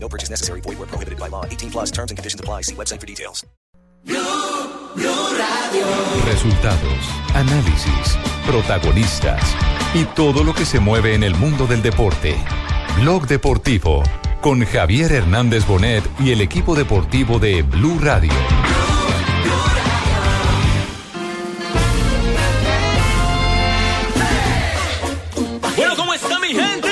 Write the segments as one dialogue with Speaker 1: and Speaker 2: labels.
Speaker 1: No purchase necessary. Void where prohibited by law. 18 plus terms and conditions apply. See website for details.
Speaker 2: Resultados, análisis, protagonistas y todo lo que se mueve en el mundo del deporte. Blog Deportivo con Javier Hernández Bonet y el equipo deportivo de Blue Radio.
Speaker 3: Bueno, ¿cómo está mi gente?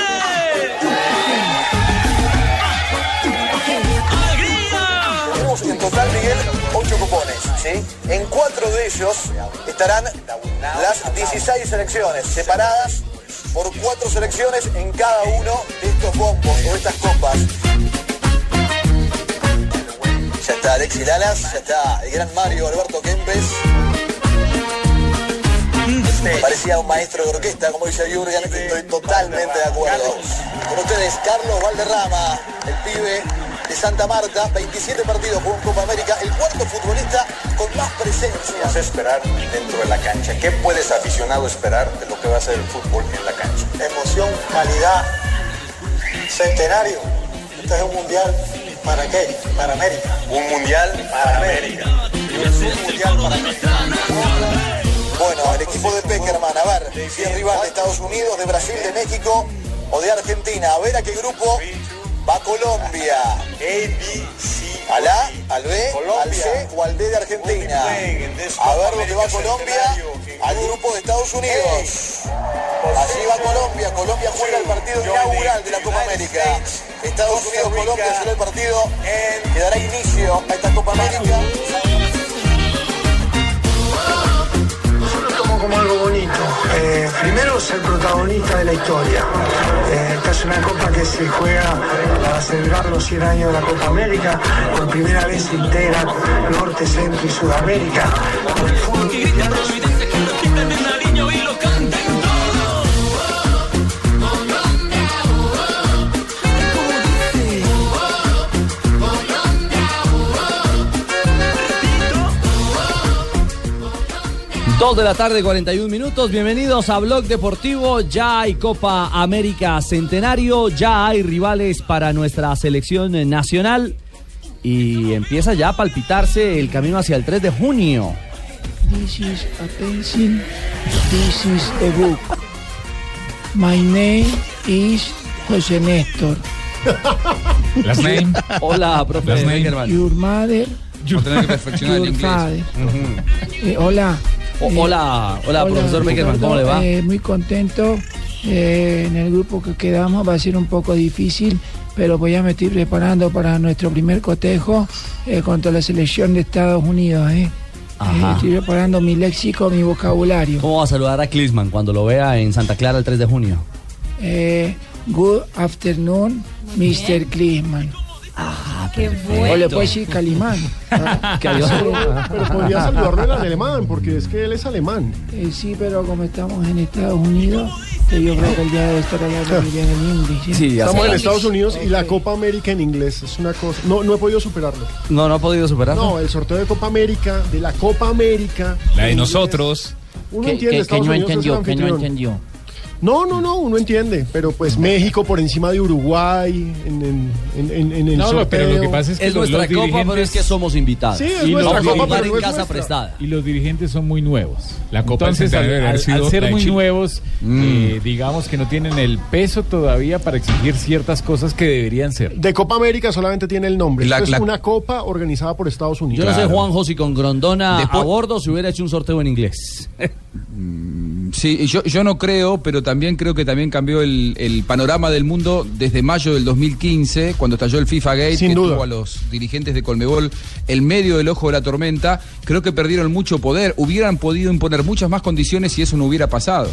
Speaker 4: Tenemos en total, Miguel, ocho cupones. ¿sí? En cuatro de ellos estarán las 16 selecciones, separadas por cuatro selecciones en cada uno de estos bombos o estas copas. Ya está Alexi Lalas, ya está el gran Mario Alberto Kempes.
Speaker 5: Este
Speaker 4: Parecía un maestro de orquesta, como dice Jürgen, estoy totalmente de acuerdo. Con ustedes, Carlos Valderrama, el pibe de Santa Marta, 27 partidos jugó en Copa América, el cuarto futbolista con más presencia.
Speaker 5: esperar dentro de la cancha? ¿Qué puedes aficionado esperar de lo que va a ser el fútbol en la cancha?
Speaker 4: Emoción, calidad, centenario. Este es un mundial para qué? Para América.
Speaker 5: Un mundial para América.
Speaker 4: Un mundial para América. Bueno, el equipo de Peckerman, a ver, si es rival de Estados Unidos, de Brasil, de México o de Argentina. A ver a qué grupo va Colombia.
Speaker 5: A, B, C.
Speaker 4: ¿Al A, al B, al
Speaker 5: Colombia.
Speaker 4: C o al D de Argentina? A ver lo que va Colombia al grupo de Estados Unidos. Así va Colombia. Colombia juega el partido inaugural de la Copa América. Estados Unidos-Colombia será el partido que dará inicio a esta Copa América.
Speaker 6: Yo lo tomo como algo bonito. Eh, primero ser protagonista de la historia. Eh, esta es una copa que se juega para celebrar los 100 años de la Copa América. Por primera vez se integra Norte, Centro y Sudamérica. Con el fútbol
Speaker 3: Que griten providencia, que lo quiten de Nariño y lo canten todo.
Speaker 7: Dos de la tarde, 41 minutos. Bienvenidos a Blog Deportivo. Ya hay Copa América Centenario. Ya hay rivales para nuestra selección eh, nacional. Y empieza ya a palpitarse el camino hacia el 3 de junio.
Speaker 8: This is attention. This is a book. My name is José Néstor.
Speaker 9: Last name.
Speaker 7: Hola, profe.
Speaker 9: Las ney.
Speaker 7: Beckerman.
Speaker 8: Your mother,
Speaker 9: Voy a tener que perfeccionar el
Speaker 8: your
Speaker 9: inglés.
Speaker 8: father. Eh, hola.
Speaker 7: O-
Speaker 8: eh,
Speaker 7: hola, hola, profesor Beckerman. ¿Cómo le
Speaker 8: Ricardo,
Speaker 7: va?
Speaker 8: eh, muy contento. eh, en el grupo que quedamos va a ser un poco difícil, pero pues ya me estoy preparando para nuestro primer cotejo eh, contra la selección de Estados Unidos. eh.
Speaker 7: Ajá.
Speaker 8: Eh, estoy preparando mi léxico, mi vocabulario.
Speaker 7: ¿Cómo va a saludar a Clisman cuando lo vea en Santa Clara el 3 de junio?
Speaker 8: Eh, good afternoon, Mr. Clisman.
Speaker 10: Ah, Qué
Speaker 8: O
Speaker 10: bueno.
Speaker 8: le puedo decir pues, Calimán.
Speaker 7: Ah, Que adiós.
Speaker 11: Pero podría saludarlo en alemán, porque es que él es alemán.
Speaker 8: Eh, sí, pero como estamos en Estados Unidos, que yo creo que él ya debe estar hablando muy bien en inglés. ¿sí?
Speaker 7: Sí, ya sé.
Speaker 11: Estamos en Estados Unidos y la Copa América en inglés es una cosa. No, no he podido superarlo.
Speaker 7: No, no ha podido superarlo.
Speaker 11: No, el sorteo de Copa América, de la Copa América.
Speaker 9: La
Speaker 11: en
Speaker 9: de
Speaker 11: inglés.
Speaker 9: nosotros.
Speaker 11: Uno entiende, Estados Unidos es el anfitrión. No, no, no, uno entiende, pero pues México por encima de Uruguay en, en, en, en- en el
Speaker 9: No, lo-
Speaker 11: sorteo.
Speaker 9: pero lo que pasa es que
Speaker 7: Es
Speaker 9: los,
Speaker 7: nuestra
Speaker 9: los
Speaker 7: copa, pero es que
Speaker 9: dirigentes
Speaker 7: somos invitados.
Speaker 11: Sí, es
Speaker 9: Y
Speaker 11: nuestra
Speaker 7: Vamos a
Speaker 9: los-
Speaker 11: Copa,
Speaker 7: jugar
Speaker 11: pero
Speaker 7: en
Speaker 11: no es
Speaker 7: casa
Speaker 11: nuestra.
Speaker 7: prestada.
Speaker 9: y los dirigentes son muy nuevos.
Speaker 5: La Copa
Speaker 9: Entonces, al,
Speaker 5: Centenario debe haber
Speaker 9: al-
Speaker 5: sido
Speaker 9: al ser
Speaker 5: la de
Speaker 9: muy
Speaker 5: Chile.
Speaker 9: nuevos,
Speaker 7: Mm.
Speaker 9: eh, digamos que no tienen el peso todavía para exigir ciertas cosas que deberían ser.
Speaker 11: De Copa América solamente tiene el nombre.
Speaker 5: La-
Speaker 11: Esto
Speaker 5: la-
Speaker 11: es una copa organizada por Estados
Speaker 7: Yo
Speaker 11: Unidos.
Speaker 7: no sé,
Speaker 5: Claro.
Speaker 7: Juanjo, si con Grondona a
Speaker 5: Después-
Speaker 7: bordo se hubiera hecho un sorteo en inglés.
Speaker 12: Sí, yo, yo no creo, pero también creo que también cambió el, el panorama del mundo desde mayo del 2015, cuando estalló el FIFA Gate,
Speaker 11: Sin
Speaker 12: que
Speaker 11: duda.
Speaker 12: tuvo a los dirigentes de Colmebol en medio del ojo de la tormenta. Creo que perdieron mucho poder. Hubieran podido imponer muchas más condiciones si eso no hubiera pasado.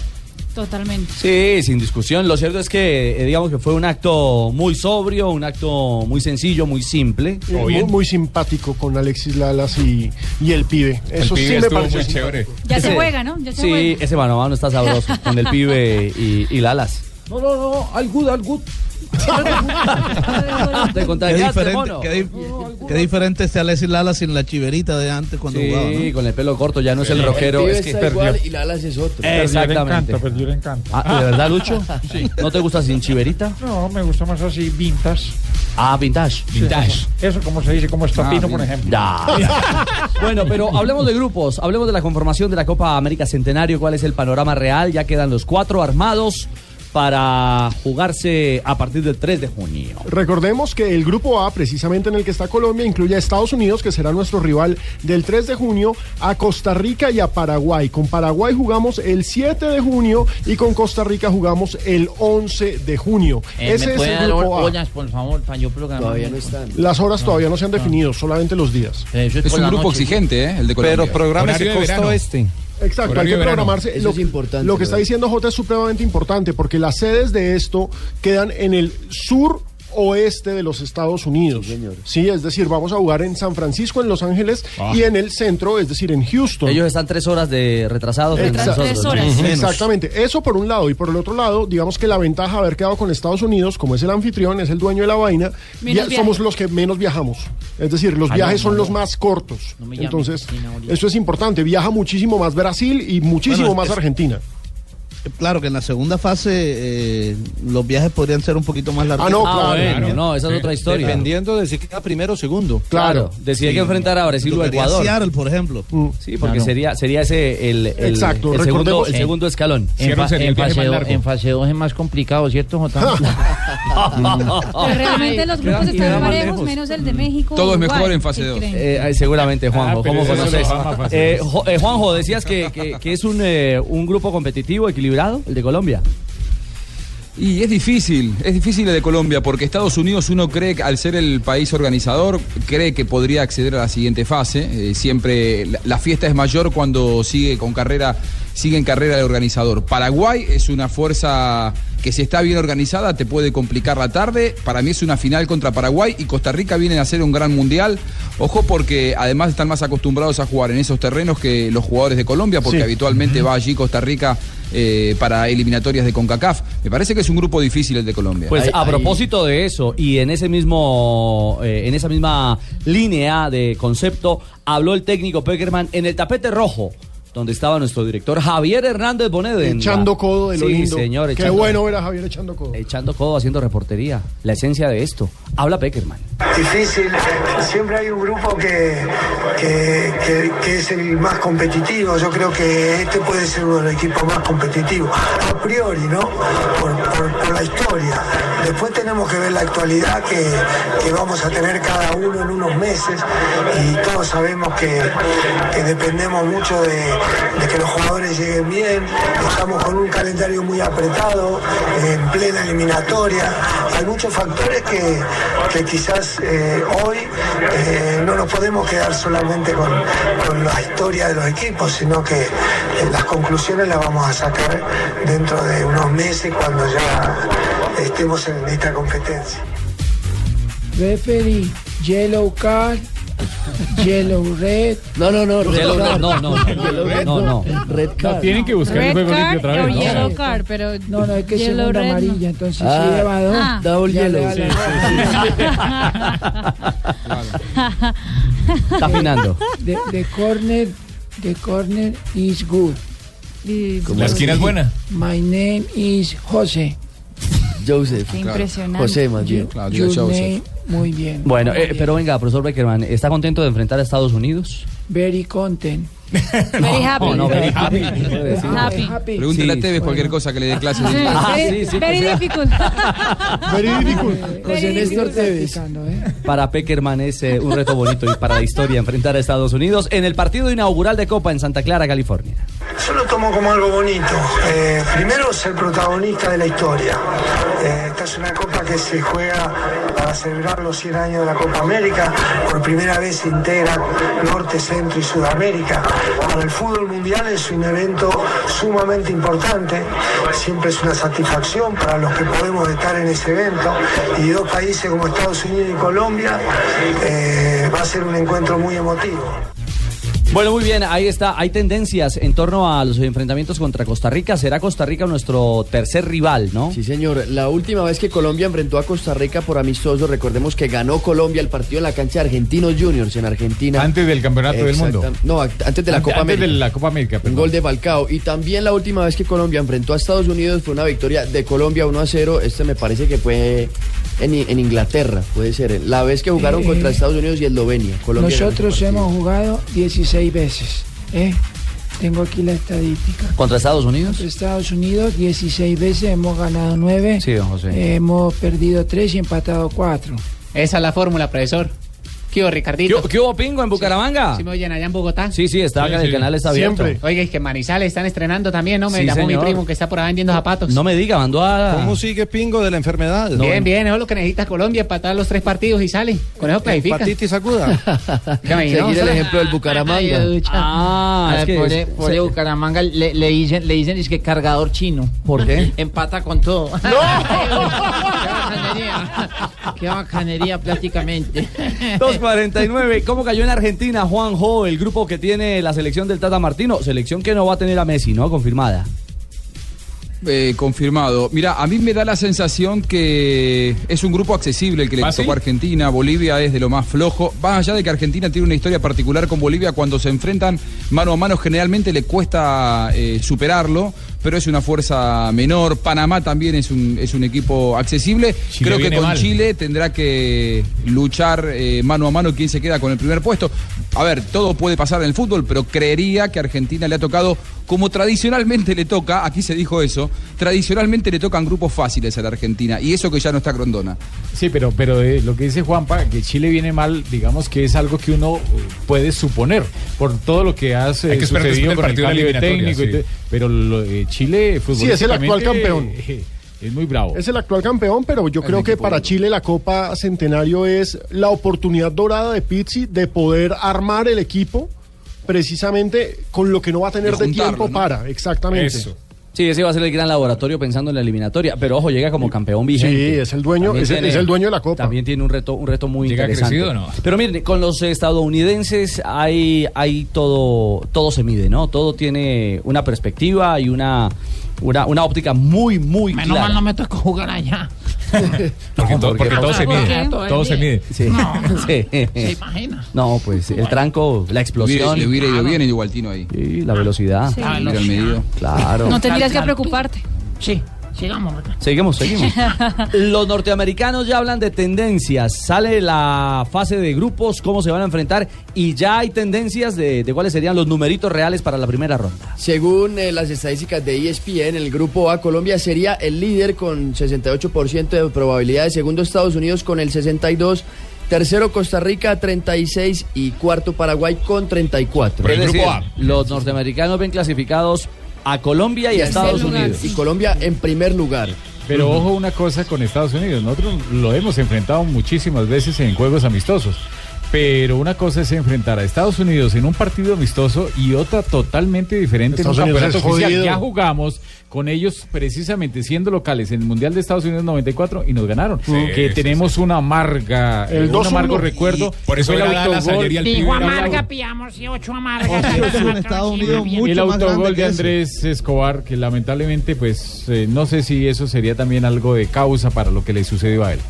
Speaker 10: Totalmente.
Speaker 7: Sí, sin discusión. Lo cierto es que, eh, digamos que fue un acto muy sobrio, un acto muy sencillo, muy simple.
Speaker 11: Eh, muy, muy simpático con Alexis Lalas y, y el pibe. Eso sí me pareció simpático.
Speaker 10: Ya se
Speaker 7: Ese-
Speaker 10: juega, ¿no? Ya se
Speaker 7: Sí,
Speaker 10: juega.
Speaker 7: ese mano a mano está sabroso con el pibe y, y Lalas.
Speaker 10: No, no, no. Al good, al good. Ah.
Speaker 7: Te
Speaker 13: Qué
Speaker 7: contagiaste,
Speaker 13: diferente,
Speaker 7: mono.
Speaker 13: qué, di- qué diferente este Alexis Lala sin la chiverita de antes cuando
Speaker 7: Sí,
Speaker 13: jugaba. ¿no?
Speaker 7: con el pelo corto, ya no es el rockero.
Speaker 13: pibe
Speaker 7: es que
Speaker 13: está
Speaker 7: perdió.
Speaker 13: igual
Speaker 14: Y la alas es otro.
Speaker 9: Eh,
Speaker 7: Exactamente.
Speaker 9: perdió el encanto.
Speaker 7: Ah, ¿De verdad, Lucho? ¿No te gusta sin chiverita?
Speaker 9: No, me gusta más así, vintage.
Speaker 7: Ah, vintage.
Speaker 9: Vintage. Eso, como se dice, como está
Speaker 7: Ah,
Speaker 9: Pino, por
Speaker 7: bien.
Speaker 9: ejemplo.
Speaker 7: Ya. Bueno, pero hablemos de grupos, hablemos de la conformación de la Copa América Centenario, cuál es el panorama real, ya quedan los cuatro armados para jugarse a partir del 3 de junio.
Speaker 11: Recordemos que el grupo A, precisamente en el que está Colombia, incluye a Estados Unidos, que será nuestro rival del 3 de junio, a Costa Rica y a Paraguay. Con Paraguay jugamos el 7 de junio y con Costa Rica jugamos el 11 de junio.
Speaker 14: Eh,
Speaker 11: Ese
Speaker 14: ¿Me
Speaker 11: es
Speaker 14: pueden
Speaker 11: el
Speaker 14: dar
Speaker 11: grupo A.
Speaker 14: ollas, por favor, para yo programar?
Speaker 11: Todavía no están. Las horas todavía no se han
Speaker 14: Ah.
Speaker 11: definido, solamente los días.
Speaker 14: Eh,
Speaker 12: es un grupo exigente, ¿eh? El de Colombia.
Speaker 11: Pero prográmese Horario de costa verano. oeste. Exacto, hay
Speaker 12: este. Horario
Speaker 11: que
Speaker 12: de verano.
Speaker 11: programarse.
Speaker 12: Eso
Speaker 11: Lo,
Speaker 12: es importante,
Speaker 11: lo que
Speaker 12: ¿no?
Speaker 11: está diciendo J es supremamente importante porque las sedes de esto quedan en el sur oeste de los Estados Unidos. Sí, es decir, vamos a jugar en San Francisco, en Los Ángeles
Speaker 7: Ah.
Speaker 11: y en el centro, es decir, en Houston.
Speaker 7: Ellos están tres horas de retrasados. frente a
Speaker 11: Exacto.
Speaker 7: nosotros,
Speaker 11: Ujú.
Speaker 7: ¿no?
Speaker 11: Exactamente. Eso por un lado. Y por el otro lado, digamos que la ventaja de haber quedado con Estados Unidos, como es el anfitrión, es el dueño de la vaina,
Speaker 14: Menos
Speaker 11: ya
Speaker 14: viaje.
Speaker 11: somos los que menos viajamos. Es decir, los
Speaker 14: Ah,
Speaker 11: viajes
Speaker 14: no,
Speaker 11: son
Speaker 14: no,
Speaker 11: los
Speaker 14: no.
Speaker 11: más cortos.
Speaker 14: me llame,
Speaker 11: Entonces,
Speaker 14: Cristina, ahorita.
Speaker 11: eso es importante. Viaja muchísimo más Brasil y muchísimo
Speaker 13: Bueno,
Speaker 11: más
Speaker 13: es- Eh,
Speaker 11: Argentina.
Speaker 13: Claro que en la segunda fase eh, los viajes podrían ser un poquito más largos. Eh,
Speaker 11: Ah, no, Ah, claro. bueno,
Speaker 7: no, esa es otra historia.
Speaker 13: Dependiendo de si queda primero o segundo.
Speaker 7: Claro, decide que enfrentar a Brasil o
Speaker 13: Tocaría
Speaker 7: Ecuador.
Speaker 13: Seattle, por ejemplo.
Speaker 7: Sí, porque sería, sería ese el, el-
Speaker 13: Exacto,
Speaker 7: el segundo,
Speaker 13: recordemos-
Speaker 7: el segundo escalón.
Speaker 14: En, fa- en fase do- en
Speaker 7: en
Speaker 14: fase 2 es más complicado, ¿cierto, Jota?
Speaker 12: Ah.
Speaker 10: Pero realmente los grupos
Speaker 14: Queda- queda
Speaker 10: están
Speaker 14: más
Speaker 10: parejos,
Speaker 14: lejos.
Speaker 10: menos el de México.
Speaker 12: Mm. Todo es
Speaker 10: Uruguay.
Speaker 12: mejor en fase 2.
Speaker 7: Eh, ay, seguramente, Juanjo.
Speaker 12: Ah, pero
Speaker 7: ¿Cómo
Speaker 12: eso
Speaker 7: conoces?
Speaker 12: no va más
Speaker 7: Eh, Jo- eh, Juanjo, decías que, que- que es un, eh, un grupo competitivo, equilibrado, el de Colombia.
Speaker 12: Y es difícil, es difícil el de Colombia, porque Estados Unidos uno cree, que al ser el país organizador, cree que podría acceder a la siguiente fase. Eh, siempre la, la fiesta es mayor cuando sigue con carrera, sigue en carrera el organizador. Paraguay es una fuerza que si está bien organizada te puede complicar la tarde. Para mí es una final contra Paraguay y Costa Rica vienen a hacer un gran mundial. Ojo porque además están más acostumbrados a jugar en esos terrenos que los jugadores de Colombia, porque
Speaker 11: Sí.
Speaker 12: habitualmente va allí Costa Rica eh, para eliminatorias de CONCACAF. Me parece que es un grupo difícil el de Colombia.
Speaker 7: Pues a propósito de eso y en ese mismo eh, en esa misma línea de concepto habló el técnico Peckerman en el tapete rojo donde estaba nuestro director Javier Hernández Bonede en la-
Speaker 11: Echando codo de lo
Speaker 7: sí,
Speaker 11: lindo.
Speaker 7: señor,
Speaker 11: Qué
Speaker 7: echando-
Speaker 11: bueno ver a Javier echando codo.
Speaker 7: echando codo haciendo reportería la esencia de esto habla Peckerman
Speaker 6: difícil. Siempre hay un grupo que, que- que- que es el más competitivo. Yo creo que este puede ser uno de los equipos más competitivos, a priori, ¿no? Por, por- por la historia. Después tenemos que ver la actualidad que, que vamos a tener cada uno en unos meses y todos sabemos que, que dependemos mucho de, de que los jugadores lleguen bien. Estamos con un calendario muy apretado, en plena eliminatoria. Hay muchos factores que, que quizás eh, hoy eh, no nos podemos quedar solamente con, con la historia de los equipos, sino que eh, las conclusiones las vamos a sacar dentro de unos meses cuando ya estemos en esta competencia.
Speaker 8: Referee, yellow card, yellow red.
Speaker 14: No, no, no.
Speaker 7: Yellow red, no, no, no, no, no.
Speaker 14: Red
Speaker 8: card.
Speaker 9: tienen que buscar el
Speaker 8: Red
Speaker 9: juego
Speaker 8: card
Speaker 9: limpio otra
Speaker 8: or
Speaker 9: vez. ¿no?
Speaker 8: yellow
Speaker 10: Yellow card, pero.
Speaker 8: No, no, es que es
Speaker 10: yellow
Speaker 8: segunda
Speaker 10: red, no.
Speaker 8: amarilla, entonces
Speaker 14: Ah,
Speaker 8: si lleva dos.
Speaker 10: ah.
Speaker 8: Double yellow.
Speaker 7: está afinando
Speaker 8: The, the corner, the corner is good.
Speaker 10: Como
Speaker 14: La esquina es buena.
Speaker 8: My name is José.
Speaker 14: Joseph.
Speaker 8: Qué impresionante.
Speaker 14: José, más bien.
Speaker 8: Your name, muy bien.
Speaker 7: bueno eh, pero venga profesor Peckerman está contento de enfrentar a Estados Unidos
Speaker 8: Very content.
Speaker 10: Very happy.
Speaker 7: Oh, no, very happy. Ah,
Speaker 10: Happy.
Speaker 12: Pregúntale a Tevez cualquier cosa que le dé clases de inglés.
Speaker 10: Very,
Speaker 7: pues
Speaker 10: very difficult.
Speaker 8: José Néstor Tevez.
Speaker 7: Para Peckerman es eh, un reto bonito y para la historia enfrentar a Estados Unidos en el partido inaugural de Copa en Santa Clara, California.
Speaker 6: Yo lo tomo como algo bonito. Eh, primero ser protagonista de la historia. Eh, esta es una copa que se juega para celebrar los 100 años de la Copa América. Por primera vez se integra Norte, Centro y Sudamérica. Para el fútbol mundial es un evento sumamente importante. Siempre es una satisfacción para los que podemos estar en ese evento. Y dos países como Estados Unidos y Colombia eh, va a ser un encuentro muy emotivo.
Speaker 7: Bueno, muy bien, ahí está. Hay tendencias en torno a los enfrentamientos contra Costa Rica. Será Costa Rica nuestro tercer rival, ¿no?
Speaker 15: Sí, señor. La última vez que Colombia enfrentó a Costa Rica por amistoso, recordemos que ganó Colombia el partido en la cancha de Argentinos Juniors en Argentina.
Speaker 9: Antes del Campeonato del Mundo.
Speaker 15: Exactam- No, act- antes de la
Speaker 9: Ante-
Speaker 15: Copa
Speaker 9: antes
Speaker 15: América.
Speaker 9: de la Copa América,
Speaker 15: Un
Speaker 9: perdón.
Speaker 15: gol de Balcao. Y también la última vez que Colombia enfrentó a Estados Unidos fue una victoria de Colombia 1 a 0. Este me parece que fue en, I- en Inglaterra, puede ser. La vez que jugaron
Speaker 8: Eh,
Speaker 15: contra Estados Unidos y Eslovenia. Colombia ganó.
Speaker 8: Nosotros hemos jugado 16 veces. ¿eh? Tengo aquí la estadística.
Speaker 7: ¿Contra Estados Unidos?
Speaker 8: Contra Estados Unidos 16 veces, hemos ganado 9,
Speaker 7: Sí, don José.
Speaker 8: hemos perdido 3 y empatado 4.
Speaker 16: Esa es la fórmula, profesor. ¿Qué hubo, Ricardito?
Speaker 7: ¿Qué, hubo, Pingo, en Bucaramanga?
Speaker 16: ¿Sí, me oyen allá en Bogotá?
Speaker 7: Sí, sí, está acá en el canal, está abierto.
Speaker 16: Oiga, es que Manizales están estrenando también, ¿no? Me
Speaker 7: Sí,
Speaker 16: llamó
Speaker 7: señor.
Speaker 16: mi primo que está por ahí vendiendo zapatos.
Speaker 7: No me diga, mandó a...
Speaker 16: ¿Cómo
Speaker 7: sigue Pingo de la enfermedad?
Speaker 16: bien, bien, eso es lo que necesita Colombia, empatar los tres partidos y sale. Con eso clasifica.
Speaker 7: Hepatitis
Speaker 16: aguda.
Speaker 15: Seguir el ejemplo del Bucaramanga.
Speaker 16: Ah,
Speaker 15: es que
Speaker 17: por,
Speaker 15: es-
Speaker 17: por
Speaker 15: se-
Speaker 17: Bucaramanga le, le dicen, le dicen es que cargador chino.
Speaker 7: ¿Por qué?
Speaker 17: Empata con todo. ¡No! ¡Qué bacanería prácticamente!
Speaker 7: 249. ¿Cómo cayó en Argentina Juanjo, el grupo que tiene la selección del Tata Martino? Selección que no va a tener a Messi, ¿no? Confirmada.
Speaker 12: Eh, confirmado. Mira, a mí me da la sensación que es un grupo accesible el que le
Speaker 9: ¿Ah,
Speaker 12: tocó
Speaker 9: sí?
Speaker 12: a Argentina. Bolivia es de lo más flojo. Más allá de que Argentina tiene una historia particular con Bolivia, cuando se enfrentan mano a mano generalmente le cuesta eh, superarlo, pero es una fuerza menor. Panamá también es un, es un equipo accesible.
Speaker 9: Chile
Speaker 12: Creo que
Speaker 9: viene
Speaker 12: con
Speaker 9: mal.
Speaker 12: Chile tendrá que luchar eh, mano a mano quién se queda con el primer puesto. A ver, todo puede pasar en el fútbol, pero creería que a Argentina le ha tocado, como tradicionalmente le toca, aquí se dijo eso, tradicionalmente le tocan grupos fáciles a la Argentina, y eso que ya no está Grondona.
Speaker 9: Sí, pero, pero eh, lo que dice Juanpa, que Chile viene mal, digamos que es algo que uno eh, puede suponer por todo lo que ha eh,
Speaker 12: Hay que esperar después
Speaker 9: sucedido
Speaker 12: del
Speaker 9: con el
Speaker 12: partido de
Speaker 9: cambio de
Speaker 12: eliminatoria,
Speaker 9: técnico. y
Speaker 12: sí.
Speaker 9: te- pero lo, eh, Chile
Speaker 11: Sí, es el actual
Speaker 9: futbolísticamente,
Speaker 11: campeón.
Speaker 9: eh, es muy bravo.
Speaker 11: Es el actual campeón, pero yo creo que para Chile la Copa Centenario es la oportunidad dorada de Pizzi de poder armar el equipo precisamente con lo que no va a tener de tiempo para, exactamente.
Speaker 7: Sí, ese va a ser el gran laboratorio pensando en la eliminatoria. Pero ojo, llega como campeón vigente.
Speaker 11: Sí, es el dueño,
Speaker 7: También
Speaker 11: es, el-
Speaker 7: tiene-
Speaker 11: es el dueño de la Copa.
Speaker 7: También tiene un reto, un reto muy
Speaker 11: ¿Llega
Speaker 7: interesante.
Speaker 11: crecido o no?
Speaker 7: Pero miren, con los estadounidenses hay, hay todo, todo se mide, ¿no? Todo tiene una perspectiva y una, una, una óptica muy, muy
Speaker 17: Menos
Speaker 7: clara.
Speaker 17: mal no me tocó jugar allá.
Speaker 7: porque,
Speaker 9: todo- porque todo se mide, ¿Por qué? todo se mide.
Speaker 7: Sí.
Speaker 17: No.
Speaker 7: Sí.
Speaker 17: ¿Se imagina?
Speaker 7: No, pues el tranco, la explosión.
Speaker 12: Le hubiera ido bien el Igualtino ahí.
Speaker 7: Sí, la velocidad.
Speaker 17: Sí. La
Speaker 12: Mira el
Speaker 17: velocidad.
Speaker 12: medido.
Speaker 7: Claro.
Speaker 10: No tendrías que preocuparte.
Speaker 17: Sí, sigamos. ¿verdad?
Speaker 7: Seguimos, seguimos. Los norteamericanos ya hablan de tendencias. Sale la fase de grupos, cómo se van a enfrentar y ya hay tendencias de, de cuáles serían los numeritos reales para la primera ronda.
Speaker 15: Según eh, las estadísticas de ESPN, el grupo A Colombia sería el líder con 68% de probabilidades, segundo Estados Unidos con el 62, tercero Costa Rica 36 y cuarto Paraguay con 34.
Speaker 7: Es decir, los norteamericanos ven clasificados a Colombia y a Estados Unidos.
Speaker 15: Y Colombia en primer lugar.
Speaker 9: Pero ojo una cosa con Estados Unidos, nosotros lo hemos enfrentado muchísimas veces en juegos amistosos. Pero una cosa es enfrentar a Estados Unidos en un partido amistoso y otra totalmente diferente
Speaker 11: Estados
Speaker 9: en un
Speaker 11: Unidos
Speaker 9: campeonato
Speaker 11: es
Speaker 9: oficial.
Speaker 11: jodido.
Speaker 9: Ya jugamos con ellos precisamente siendo locales en el Mundial de Estados Unidos 94 y nos ganaron. que tenemos una amarga,
Speaker 11: El
Speaker 9: un
Speaker 11: 2-1.
Speaker 9: amargo recuerdo.
Speaker 11: Y por eso
Speaker 9: Fue el
Speaker 11: era Dallas
Speaker 9: autogol.
Speaker 11: ayer y al
Speaker 9: Digo,
Speaker 17: Digo
Speaker 9: amarga,
Speaker 17: amarga, pillamos y ocho amargas.
Speaker 9: el autogol de Andrés Escobar, que lamentablemente, pues eh, no sé si eso sería también algo de causa para lo que le sucedió a él.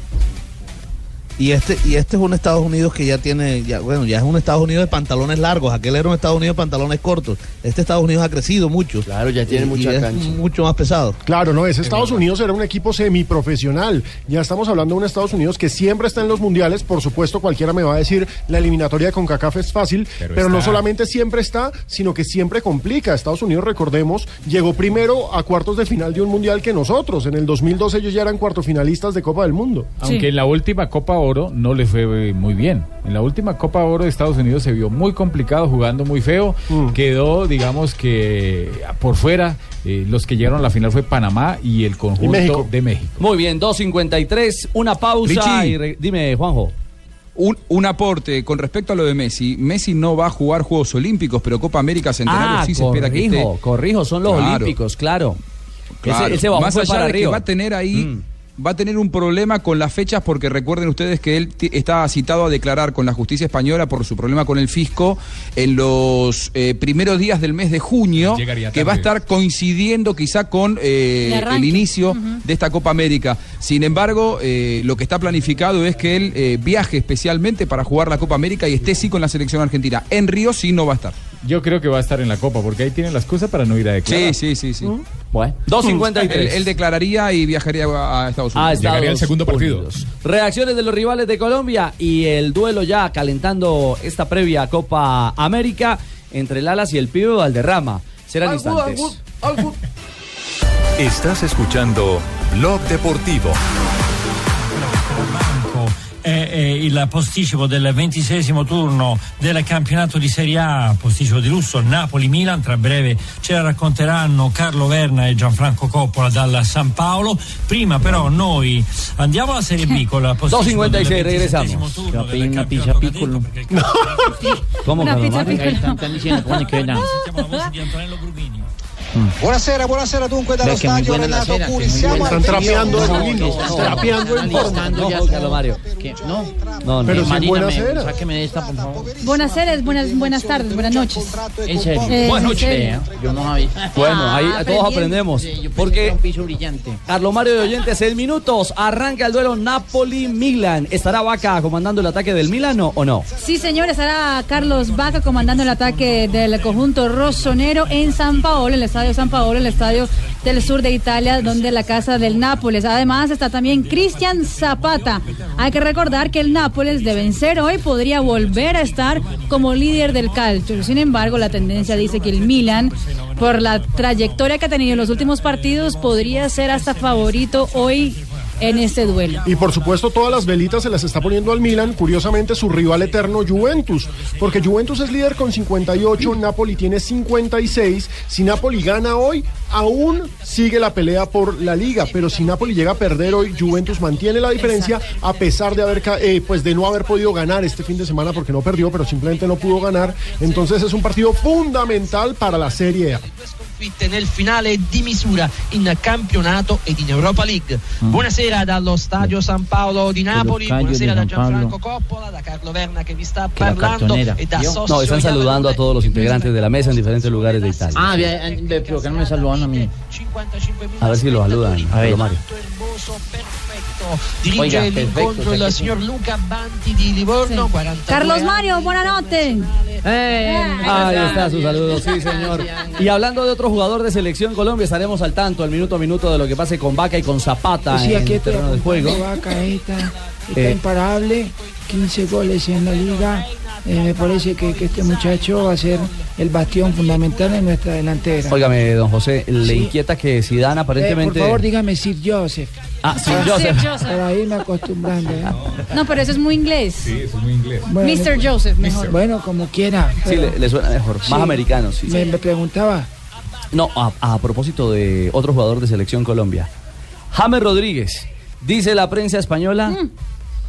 Speaker 13: Y este, y este es un Estados Unidos que ya tiene, ya, bueno, ya es un Estados Unidos de pantalones largos. Aquel era un Estados Unidos de pantalones cortos. Este Estados Unidos ha crecido mucho. Claro, ya
Speaker 15: tiene mucha cancha.
Speaker 13: Mucho más pesado.
Speaker 11: Claro, no, ese Estados Unidos era un equipo semiprofesional. Ya estamos hablando de un Estados Unidos que siempre está en los mundiales. Por supuesto, cualquiera me va a decir la eliminatoria de CONCACAF es fácil, pero,
Speaker 9: Pero
Speaker 11: no
Speaker 9: está.
Speaker 11: solamente siempre está, sino que siempre complica. Estados Unidos, recordemos, llegó primero a cuartos de final de un mundial que nosotros. En el 2012 ellos ya eran cuartofinalistas de Copa del Mundo.
Speaker 9: Aunque en la última Copa Oro no le fue eh, muy bien. En la última Copa Oro de Estados Unidos se vio muy complicado, jugando muy feo.
Speaker 12: Mm.
Speaker 9: Quedó, digamos que por fuera, eh, los que llegaron a la final fue Panamá y el conjunto
Speaker 7: México.
Speaker 9: de México.
Speaker 7: Muy bien, 2.53, una pausa
Speaker 12: Richie.
Speaker 7: y re- dime, Juanjo.
Speaker 12: Un, un aporte con respecto a lo de Messi. Messi no va a jugar Juegos Olímpicos, pero Copa América Centenario
Speaker 7: ah,
Speaker 12: sí se espera que
Speaker 7: corrijo,
Speaker 12: esté.
Speaker 7: corrijo, son los
Speaker 12: Claro.
Speaker 7: olímpicos, claro.
Speaker 12: Claro.
Speaker 7: Ese, ese bajón
Speaker 12: Más
Speaker 7: fue
Speaker 12: allá
Speaker 7: para Mm.
Speaker 12: de que
Speaker 7: Río.
Speaker 12: va a tener ahí, va a tener un problema con las fechas porque recuerden ustedes que él ti- está citado a declarar con la justicia española por su problema con el fisco en los eh, primeros días del mes de junio,
Speaker 9: Llegaría
Speaker 12: que va a
Speaker 9: tarde.
Speaker 12: estar coincidiendo quizá con eh,
Speaker 9: El
Speaker 12: el,
Speaker 9: arranque.
Speaker 12: inicio de esta Copa América. Sin embargo, eh, lo que está planificado es que él eh, viaje especialmente para jugar la Copa América y esté sí con la selección argentina. En Río sí no va a estar.
Speaker 9: Yo creo que va a estar en la Copa, porque ahí tienen la excusa para no ir a declarar.
Speaker 12: Sí, sí, sí, sí.
Speaker 7: Bueno,
Speaker 9: 2.53.
Speaker 12: Él, él declararía y viajaría a a Estados Unidos.
Speaker 7: A Estados Llegaría el segundo partido. Reacciones de los rivales de Colombia y el duelo ya calentando esta previa Copa América entre el Alas y el pibe Valderrama. Serán instantes.
Speaker 2: Estás escuchando Blog Deportivo.
Speaker 18: è, è il posticipo del ventisesimo turno del campionato di Serie A, posticipo di lusso Napoli-Milan, tra breve ce la racconteranno Carlo Verna e Gianfranco Coppola dal San Paolo, prima però noi andiamo alla Serie B con la posticipo del
Speaker 7: 2.56,
Speaker 18: 27esimo
Speaker 7: regresamos.
Speaker 18: turno del
Speaker 14: una
Speaker 18: campionato
Speaker 14: pizza pícola.
Speaker 7: ¿Cómo,
Speaker 14: Una
Speaker 7: Carlos
Speaker 14: pizza
Speaker 7: Mario?
Speaker 14: piccola. Están diciendo, bueno, que nada.
Speaker 4: Mm. Buonasera, buonasera dunque dallo
Speaker 14: Beh, che è
Speaker 4: stadio
Speaker 14: muy buena la
Speaker 4: Renato
Speaker 14: cena, che è
Speaker 4: Curi.
Speaker 14: muy
Speaker 4: Siamo
Speaker 14: buena.
Speaker 4: al
Speaker 14: Stanno
Speaker 4: periodo-
Speaker 14: trapeando il
Speaker 4: No,
Speaker 14: vino,
Speaker 4: no,
Speaker 14: stanno
Speaker 4: no, no,
Speaker 14: trapeando il
Speaker 4: no,
Speaker 14: vino.
Speaker 4: no,
Speaker 14: No,
Speaker 4: no,
Speaker 14: Carlos Mario.
Speaker 4: no, no.
Speaker 7: No, no.
Speaker 14: Pero
Speaker 7: Eh,
Speaker 14: si
Speaker 7: Marina,
Speaker 14: buena
Speaker 7: me-
Speaker 14: cena.
Speaker 7: sáqueme de esta, por favor.
Speaker 10: Buenas tardes, buenas, buenas tardes, buenas noches.
Speaker 14: En serio.
Speaker 10: Eh,
Speaker 14: Buenas
Speaker 10: en
Speaker 14: noches.
Speaker 10: serio.
Speaker 14: Vea, Yo no sabía.
Speaker 7: Bueno,
Speaker 14: Ah,
Speaker 7: ahí todos aprendemos. Porque
Speaker 14: Piso brillante.
Speaker 7: Carlos Mario de Oyentes en minutos arranca el duelo Napoli-Milan. ¿Estará Vaca comandando el ataque del Milano o no?
Speaker 10: Sí, señor, estará Carlos Vaca comandando el ataque del conjunto rossonero en San Paolo, en el estadio San Paolo, en el estadio del sur de Italia, donde la casa del Nápoles. Además está también Cristian Zapata. Hay que recordar que el Nápoles de vencer hoy podría volver a estar como líder del calcio. Sin embargo, la tendencia dice que el Milan, por la trayectoria que ha tenido en los últimos partidos, podría ser hasta favorito hoy en este duelo.
Speaker 11: Y por supuesto todas las velitas se las está poniendo al Milan, curiosamente su rival eterno Juventus, porque Juventus es líder con 58, Napoli tiene 56, si Napoli gana hoy, aún sigue la pelea por la liga, pero si Napoli llega a perder hoy, Juventus mantiene la diferencia a pesar de haber ca- eh, pues de no haber podido ganar este fin de semana porque no perdió, pero simplemente no pudo ganar, entonces es un partido fundamental para la Serie A.
Speaker 19: sconfitte nel finale di misura in campionato ed in Europa League. Buonasera dallo Stadio San Paolo di Napoli,
Speaker 7: stadio
Speaker 19: buonasera
Speaker 7: di
Speaker 19: da
Speaker 7: San Paolo.
Speaker 19: Gianfranco Coppola, da Carlo Verna che vi sta
Speaker 7: la
Speaker 19: parlando e da Socio
Speaker 7: No, están saludando a todos los integrantes de la mesa en diferentes lugares de Italia.
Speaker 14: Ah, vea, eh, ve, pero que no me saludan a mí.
Speaker 7: A ver si los saludan.
Speaker 14: A ver.
Speaker 7: Carlos Mario.
Speaker 19: dirige
Speaker 14: Oiga, perfecto,
Speaker 19: l'incontro
Speaker 14: o sea
Speaker 19: il
Speaker 14: che
Speaker 19: signor Luca Banti di Livorno, 42
Speaker 10: Carlos
Speaker 19: anni.
Speaker 10: Mario, buenas noches.
Speaker 7: Ahí está su saludo, sí señor. Y hablando de otro jugador de selección Colombia, estaremos al tanto al minuto a minuto de lo que pase con Vaca y con Zapata
Speaker 8: Sí,
Speaker 7: en
Speaker 8: aquí
Speaker 7: el
Speaker 8: estoy
Speaker 7: terreno de
Speaker 8: apuntando
Speaker 7: juego.
Speaker 8: Vaca, ahí está, está
Speaker 7: Eh.
Speaker 8: imparable, 15 goles en la liga. Eh, me parece que, que este muchacho va a ser el bastión fundamental en nuestra delantera.
Speaker 7: Óigame, don José, le
Speaker 8: Sí.
Speaker 7: inquieta que Zidane aparentemente
Speaker 8: Eh, por favor, dígame Sir Joseph.
Speaker 7: Ah, Sir
Speaker 8: Para-
Speaker 7: Joseph. Sir
Speaker 8: Para irme acostumbrando. ¿eh?
Speaker 10: No, pero eso es muy inglés.
Speaker 9: es muy inglés.
Speaker 8: Bueno, pues,
Speaker 10: Mr. Joseph, mejor.
Speaker 8: Bueno, como quiera.
Speaker 7: Sí, le, le suena mejor,
Speaker 8: Sí.
Speaker 7: más americano, sí.
Speaker 8: Me, me preguntaba.
Speaker 7: No, a, a propósito de otro jugador de selección Colombia. James Rodríguez, dice la prensa española
Speaker 10: Mm.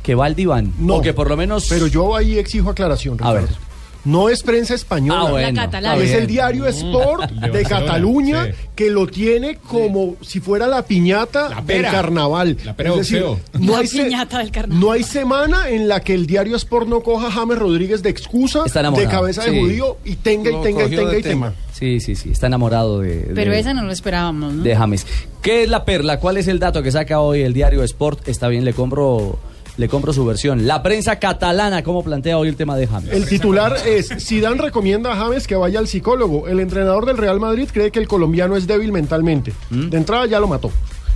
Speaker 7: que va al diván. o que por lo menos...
Speaker 11: Pero yo ahí exijo aclaración,
Speaker 7: A ver.
Speaker 11: Ricardo. No es prensa española.
Speaker 7: Ah, bueno, La catalana.
Speaker 11: Es
Speaker 7: está
Speaker 11: el
Speaker 7: bien.
Speaker 11: diario Sport
Speaker 7: Mm, el de
Speaker 11: de
Speaker 7: Barcelona,
Speaker 11: Cataluña
Speaker 7: sí.
Speaker 11: que lo tiene como si fuera la piñata del
Speaker 9: pera.
Speaker 11: carnaval.
Speaker 9: La pera
Speaker 11: Es
Speaker 9: de
Speaker 11: decir,
Speaker 9: boxeo.
Speaker 11: no
Speaker 10: La
Speaker 11: hay, se-
Speaker 10: piñata del carnaval.
Speaker 11: no hay semana en la que el diario Sport no coja a James Rodríguez de excusa,
Speaker 7: Está
Speaker 11: de
Speaker 7: enamorado,
Speaker 11: cabeza de
Speaker 7: sí.
Speaker 11: judío y tenga y
Speaker 7: Lo
Speaker 11: tenga y
Speaker 7: cogió
Speaker 11: tenga
Speaker 7: de
Speaker 11: y tenga.
Speaker 7: Sí, sí, sí, está enamorado de... de-
Speaker 10: Pero esa no lo esperábamos, ¿no?
Speaker 7: de James. ¿Qué es la perla? ¿Cuál es el dato que saca hoy el diario Sport? Está bien, le compro, le compro su versión. La prensa catalana, ¿cómo plantea hoy el tema de James?
Speaker 11: El titular es Zidane recomienda a James que vaya al psicólogo. El entrenador del Real Madrid cree que el colombiano es débil mentalmente. De entrada ya lo mató.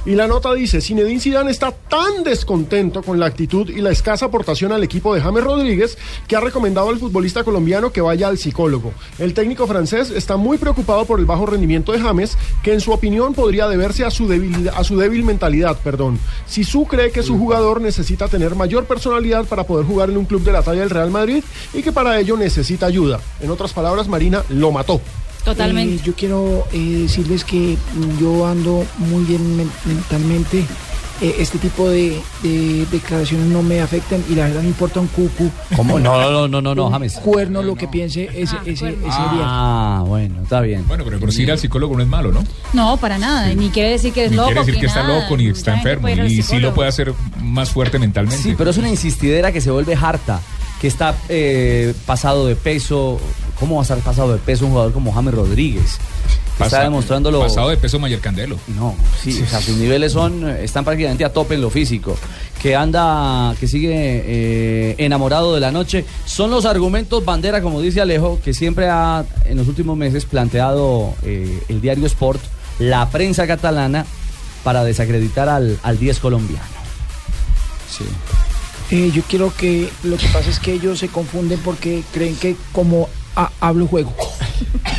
Speaker 11: Y la nota dice, Zinedine Zidane está tan descontento con la actitud y la escasa aportación al equipo de James Rodríguez que ha recomendado al futbolista colombiano que vaya al psicólogo. El técnico francés está muy preocupado por el bajo rendimiento de James, que en su opinión podría deberse a su debilidad- a su débil mentalidad, perdón. Sisu cree que su jugador necesita tener mayor personalidad para poder jugar en un club de la talla del Real Madrid y que para ello necesita ayuda. En otras palabras, Marina lo mató.
Speaker 10: Totalmente.
Speaker 8: Eh, yo quiero eh, decirles que yo ando muy bien men- mentalmente. Eh, este tipo de, de declaraciones no me afectan y la verdad no importa un cucu.
Speaker 7: ¿Cómo? No, no, no, no, no, no, James.
Speaker 8: Cuerno lo que piense ese, ese, ese día.
Speaker 7: Ah, bueno, está bien.
Speaker 20: Bueno, pero por si ir al psicólogo no es malo, ¿no?
Speaker 10: No, para nada. Ni quiere decir que eres
Speaker 20: Ni
Speaker 10: loco.
Speaker 20: quiere decir que está
Speaker 10: nada.
Speaker 20: loco ni está
Speaker 10: Mucha gente
Speaker 20: enfermo.
Speaker 10: puede ir al
Speaker 20: Y sí
Speaker 10: psicólogo.
Speaker 20: lo puede hacer más fuerte mentalmente.
Speaker 7: Sí, pero es una insistidera que se vuelve harta, que está eh, pasado de peso. ¿Cómo va a estar pasado de peso un jugador como James Rodríguez? Que
Speaker 20: Pasa-
Speaker 7: está demostrándolo.
Speaker 20: Pasado de peso Mayer Candelo.
Speaker 7: No, sí, o sea, sus niveles son, eh, están prácticamente a tope en lo físico. Que anda, que sigue eh, enamorado de la noche. Son los argumentos bandera, como dice Alejo, que siempre ha en los últimos meses planteado eh, el diario Sport, la prensa catalana, para desacreditar al, al 10 colombiano.
Speaker 12: Sí.
Speaker 8: Eh, yo quiero que lo que pasa es que ellos se confunden porque creen que como a- hablo juego.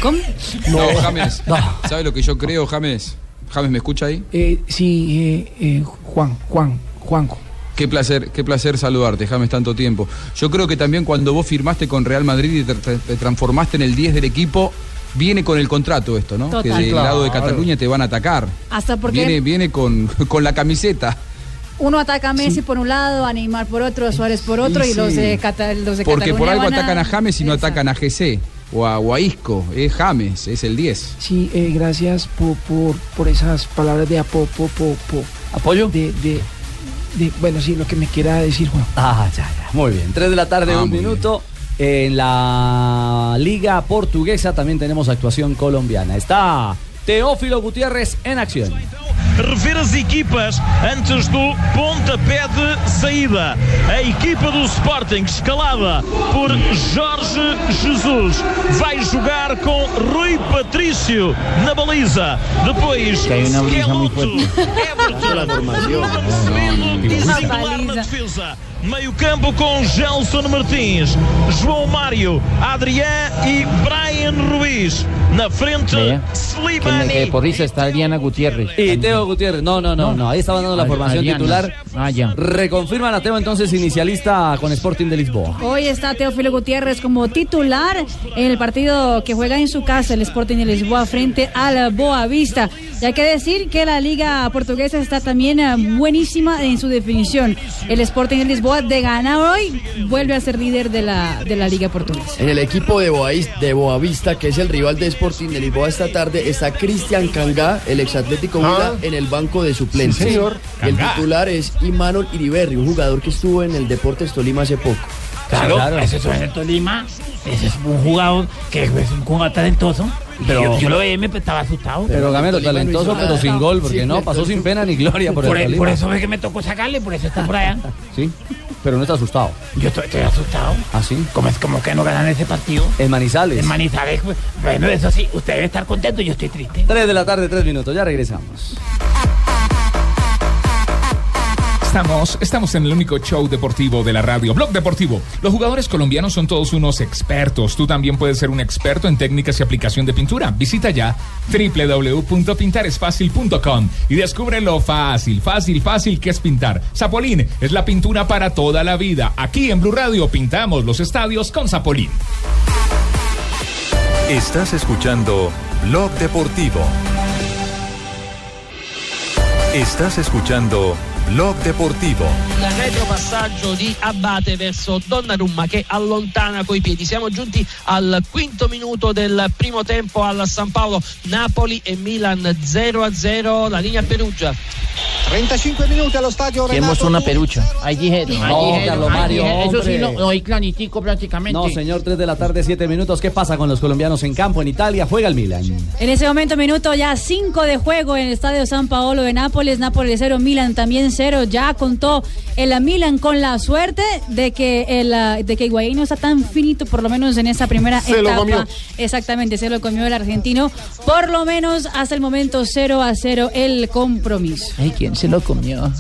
Speaker 10: ¿Cómo?
Speaker 12: No, James. ¿Sabes lo que yo creo, James? James, ¿me escucha ahí?
Speaker 8: Eh, sí, eh, eh, Juan, Juan, Juanjo.
Speaker 12: Qué placer, qué placer saludarte, James, tanto tiempo. Yo creo que también cuando vos firmaste con Real Madrid y te, tra- te transformaste en el 10 del equipo, viene con el contrato esto, ¿no?
Speaker 10: Total.
Speaker 12: Que del
Speaker 10: Claro.
Speaker 12: lado de Cataluña te van a atacar.
Speaker 10: Hasta porque
Speaker 12: Viene, viene con, con la camiseta.
Speaker 10: uno ataca a Messi por un lado, a Neymar por otro, a Suárez por otro,
Speaker 12: Sí,
Speaker 10: y los
Speaker 12: sí.
Speaker 10: de, Cata- los de
Speaker 12: Porque
Speaker 10: Cataluña
Speaker 12: por algo
Speaker 10: van
Speaker 12: atacan a James y no atacan a GC o a, o a Isco. Es James, es el 10.
Speaker 8: Sí, eh, gracias por, por, por esas palabras de apo, po, po, po.
Speaker 7: apoyo.
Speaker 8: De, de, de- bueno, sí, lo que me quiera decir Juan.
Speaker 7: Ah, ya, ya. Muy bien. 3 de la tarde,
Speaker 8: Ah,
Speaker 7: un
Speaker 8: muy
Speaker 7: minuto. En la Liga Portuguesa también tenemos actuación colombiana. Está Teófilo Gutiérrez en acción.
Speaker 21: rever as equipas antes do pontapé de saída. A equipa do Sporting, escalada por Jorge Jesus, vai jogar com Rui Patrício na baliza. Depois,
Speaker 14: Que hay una brisa muy fuerte.
Speaker 21: e
Speaker 14: Uma
Speaker 21: singular na defesa. Meio campo com Gelson Martins, João Mário, Adrián e Brian Ruiz. Na frente,
Speaker 14: Vea, Que, en el-
Speaker 21: Slimani.
Speaker 14: é que por risa está Diana Gutiérrez.
Speaker 7: Y Teo Gutiérrez, no, no, no, no, ahí estaban dando la
Speaker 14: Ad-
Speaker 7: formación
Speaker 14: Adriana.
Speaker 7: titular.
Speaker 14: Ah, ya.
Speaker 7: Reconfirman a Teo entonces inicialista con Sporting de Lisboa.
Speaker 10: Hoy está Teófilo Gutiérrez como titular en el partido que juega en su casa el Sporting de Lisboa frente al Boavista. Y hay que decir que la liga portuguesa está también eh, buenísima en su definición. El Sporting de Lisboa de ganar hoy vuelve a ser líder de la, de la liga portuguesa.
Speaker 15: En el equipo de, Boavista, de Boavista, que es el rival de Sporting de Lisboa esta tarde, está Cristian Cangá, el exatlético Huila,
Speaker 11: Ah.
Speaker 15: en el banco de suplentes.
Speaker 11: Sí, señor.
Speaker 15: Y el
Speaker 11: Cangá.
Speaker 15: titular es Imanol Iriberri, un jugador que estuvo en el Deportes Tolima hace poco.
Speaker 17: Claro, ese es el Tolima, ese es un jugador que es un jugador talentoso.
Speaker 7: Pero-
Speaker 17: Pero yo, yo lo veía y me estaba asustado.
Speaker 7: Pero Gamero,
Speaker 17: Tolima no hizo
Speaker 7: talentoso,
Speaker 17: nada.
Speaker 7: pero sin gol, porque
Speaker 17: Sí,
Speaker 7: no,
Speaker 17: pero-
Speaker 7: pasó sin pena ni gloria por el
Speaker 17: por, e-
Speaker 7: Tolima.
Speaker 17: por eso es que me tocó sacarle, por eso está por allá.
Speaker 7: Sí, pero no está asustado.
Speaker 17: Yo estoy, estoy asustado.
Speaker 7: ¿Así?
Speaker 17: ¿Cómo es como que no ganan ese partido?
Speaker 7: En Manizales.
Speaker 17: En Manizales, pues, bueno, eso sí, usted debe estar contento, yo estoy triste.
Speaker 7: 3 de la tarde, 3 minutos, ya regresamos.
Speaker 20: Estamos, estamos en el único show deportivo de la radio, Blog Deportivo. Los jugadores colombianos son todos unos expertos. Tú también puedes ser un experto en técnicas y aplicación de pintura. Visita ya www.pintaresfacil.com y descubre lo fácil, fácil, fácil que es pintar. Zapolín es la pintura para toda la vida. Aquí en Blue Radio pintamos los estadios con Zapolín.
Speaker 2: Estás escuchando Blog Deportivo. Estás escuchando Blog Deportivo.
Speaker 19: Il retropassaggio di Abate verso Donnarumma che allontana coi piedi. Siamo giunti al quinto minuto del primo tempo al San Paolo. Napoli e Milan 0-0, la linea Perugia.
Speaker 22: 35 minuti allo stadio
Speaker 14: Que hemos una perucha. Ahí dijeron.
Speaker 7: No, Carlos Mario,
Speaker 14: Eso sí
Speaker 7: hombre.
Speaker 14: lo oí claritico prácticamente.
Speaker 7: No, señor, 3 de la tarde, 7 minutos. ¿Qué pasa con los colombianos en campo en Italia? Juega el Milan.
Speaker 10: En este ese momento, minuto ya 5 de juego en el Estadio San Paolo de Nápoles. Nápoles 0, Milan también 0. Ya contó el Milan con la suerte de que el ah, de que Higuaín no está tan finito, por lo menos en esa primera
Speaker 11: Se lo
Speaker 10: etapa.
Speaker 11: comió.
Speaker 10: Exactamente, se lo comió el argentino. Por lo menos hasta el momento 0 a 0 el compromiso.
Speaker 14: Ay, ¿quién se lo comió?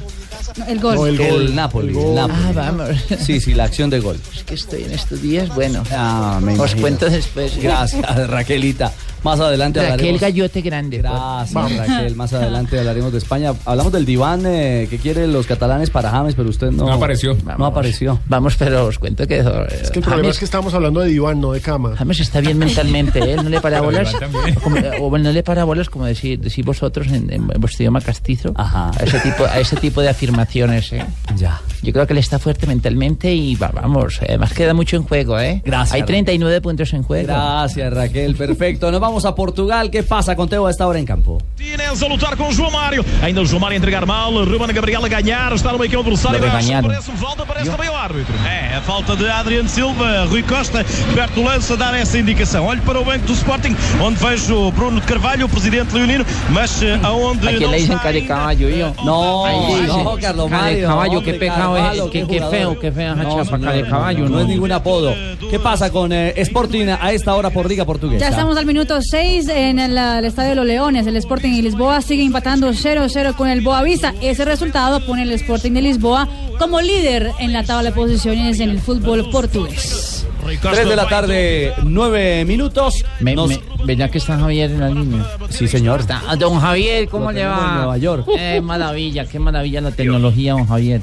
Speaker 10: No, El gol.
Speaker 7: El Napoli. el Napoli.
Speaker 14: Ah, vamos.
Speaker 7: Sí, sí, la acción de gol.
Speaker 14: Es que estoy en estos días, bueno.
Speaker 7: Ah, me
Speaker 14: Os
Speaker 7: imagino.
Speaker 14: cuento después.
Speaker 7: Gracias, Raquelita. Más adelante
Speaker 14: Raquel
Speaker 7: hablaremos.
Speaker 14: Gallote Grande. por-
Speaker 7: Gracias, Raquel. Más adelante hablaremos de España. Hablamos del diván eh, que quieren los catalanes para James, pero usted no,
Speaker 11: No apareció.
Speaker 7: No apareció.
Speaker 14: Vamos, pero os cuento que. eh,
Speaker 11: Es que el problema es que estábamos hablando de diván, no de cama.
Speaker 14: James está bien mentalmente, ¿eh? él no le para
Speaker 11: Pero
Speaker 14: bolas,
Speaker 11: Iván
Speaker 14: o, como- eh, o bueno, no le para bolas como decís decís vosotros en, en vuestro idioma castizo, a ese tipo, a ese tipo de afirmaciones, ¿eh?
Speaker 7: Ya.
Speaker 14: Yo creo que él está fuerte mentalmente y va- vamos, además queda mucho en juego, ¿eh?
Speaker 7: Gracias,
Speaker 14: Hay
Speaker 7: Raquel.
Speaker 14: 39 puntos en juego.
Speaker 7: Gracias, Raquel. Perfecto. Nos vamos a Portugal. ¿Qué pasa con Teo a esta hora en campo?
Speaker 21: Martínez a lutar com o João Mário. Ainda o João Mário a entregar mal. Ruben Gabriel a ganhar. Está no meio campo adversário.
Speaker 14: Bem
Speaker 21: Eu acho que
Speaker 14: ganhado.
Speaker 21: Parece-me um falta, parece também o árbitro. É, a falta de Adriano Silva. Rui Costa, perto do lance, a dar essa indicação. Olho para o banco do Sporting, onde vejo Bruno de Carvalho, o presidente leonino, mas eh, aonde
Speaker 14: Aquí
Speaker 21: não
Speaker 14: le dicen
Speaker 21: está
Speaker 14: cara de caballo, yo.
Speaker 7: No,
Speaker 14: Ahí le dicen.
Speaker 7: no, Carlos
Speaker 14: Cara de
Speaker 7: Mario,
Speaker 14: caballo, qué
Speaker 7: hombre,
Speaker 14: pecado
Speaker 7: Carvalho,
Speaker 14: es. Qué,
Speaker 7: qué
Speaker 14: qué
Speaker 7: jugador.
Speaker 14: feo, qué fea esa
Speaker 7: No,
Speaker 14: chapa, cara de
Speaker 7: señor,
Speaker 14: caballo.
Speaker 7: No es ningún apodo. ¿Qué pasa con eh, Sporting a esta hora por Liga Portuguesa?
Speaker 10: Ya estamos al minuto 6 en el, ah, el Estadio de los Leones. El Sporting de Lisboa sigue empatando 0-0 con el Boavista. Ese resultado pone el Sporting de Lisboa como líder en la tabla de posiciones en el fútbol portugués.
Speaker 7: 3 de la tarde, 9 minutos.
Speaker 14: Me, me- ¿Verdad que está Javier en la línea?
Speaker 7: Sí, señor.
Speaker 14: Ah, don Javier, ¿cómo
Speaker 7: Lo
Speaker 14: le
Speaker 7: tenemos
Speaker 14: va?
Speaker 7: en Nueva York.
Speaker 14: Eh, maravilla, qué maravilla la tecnología, don Javier.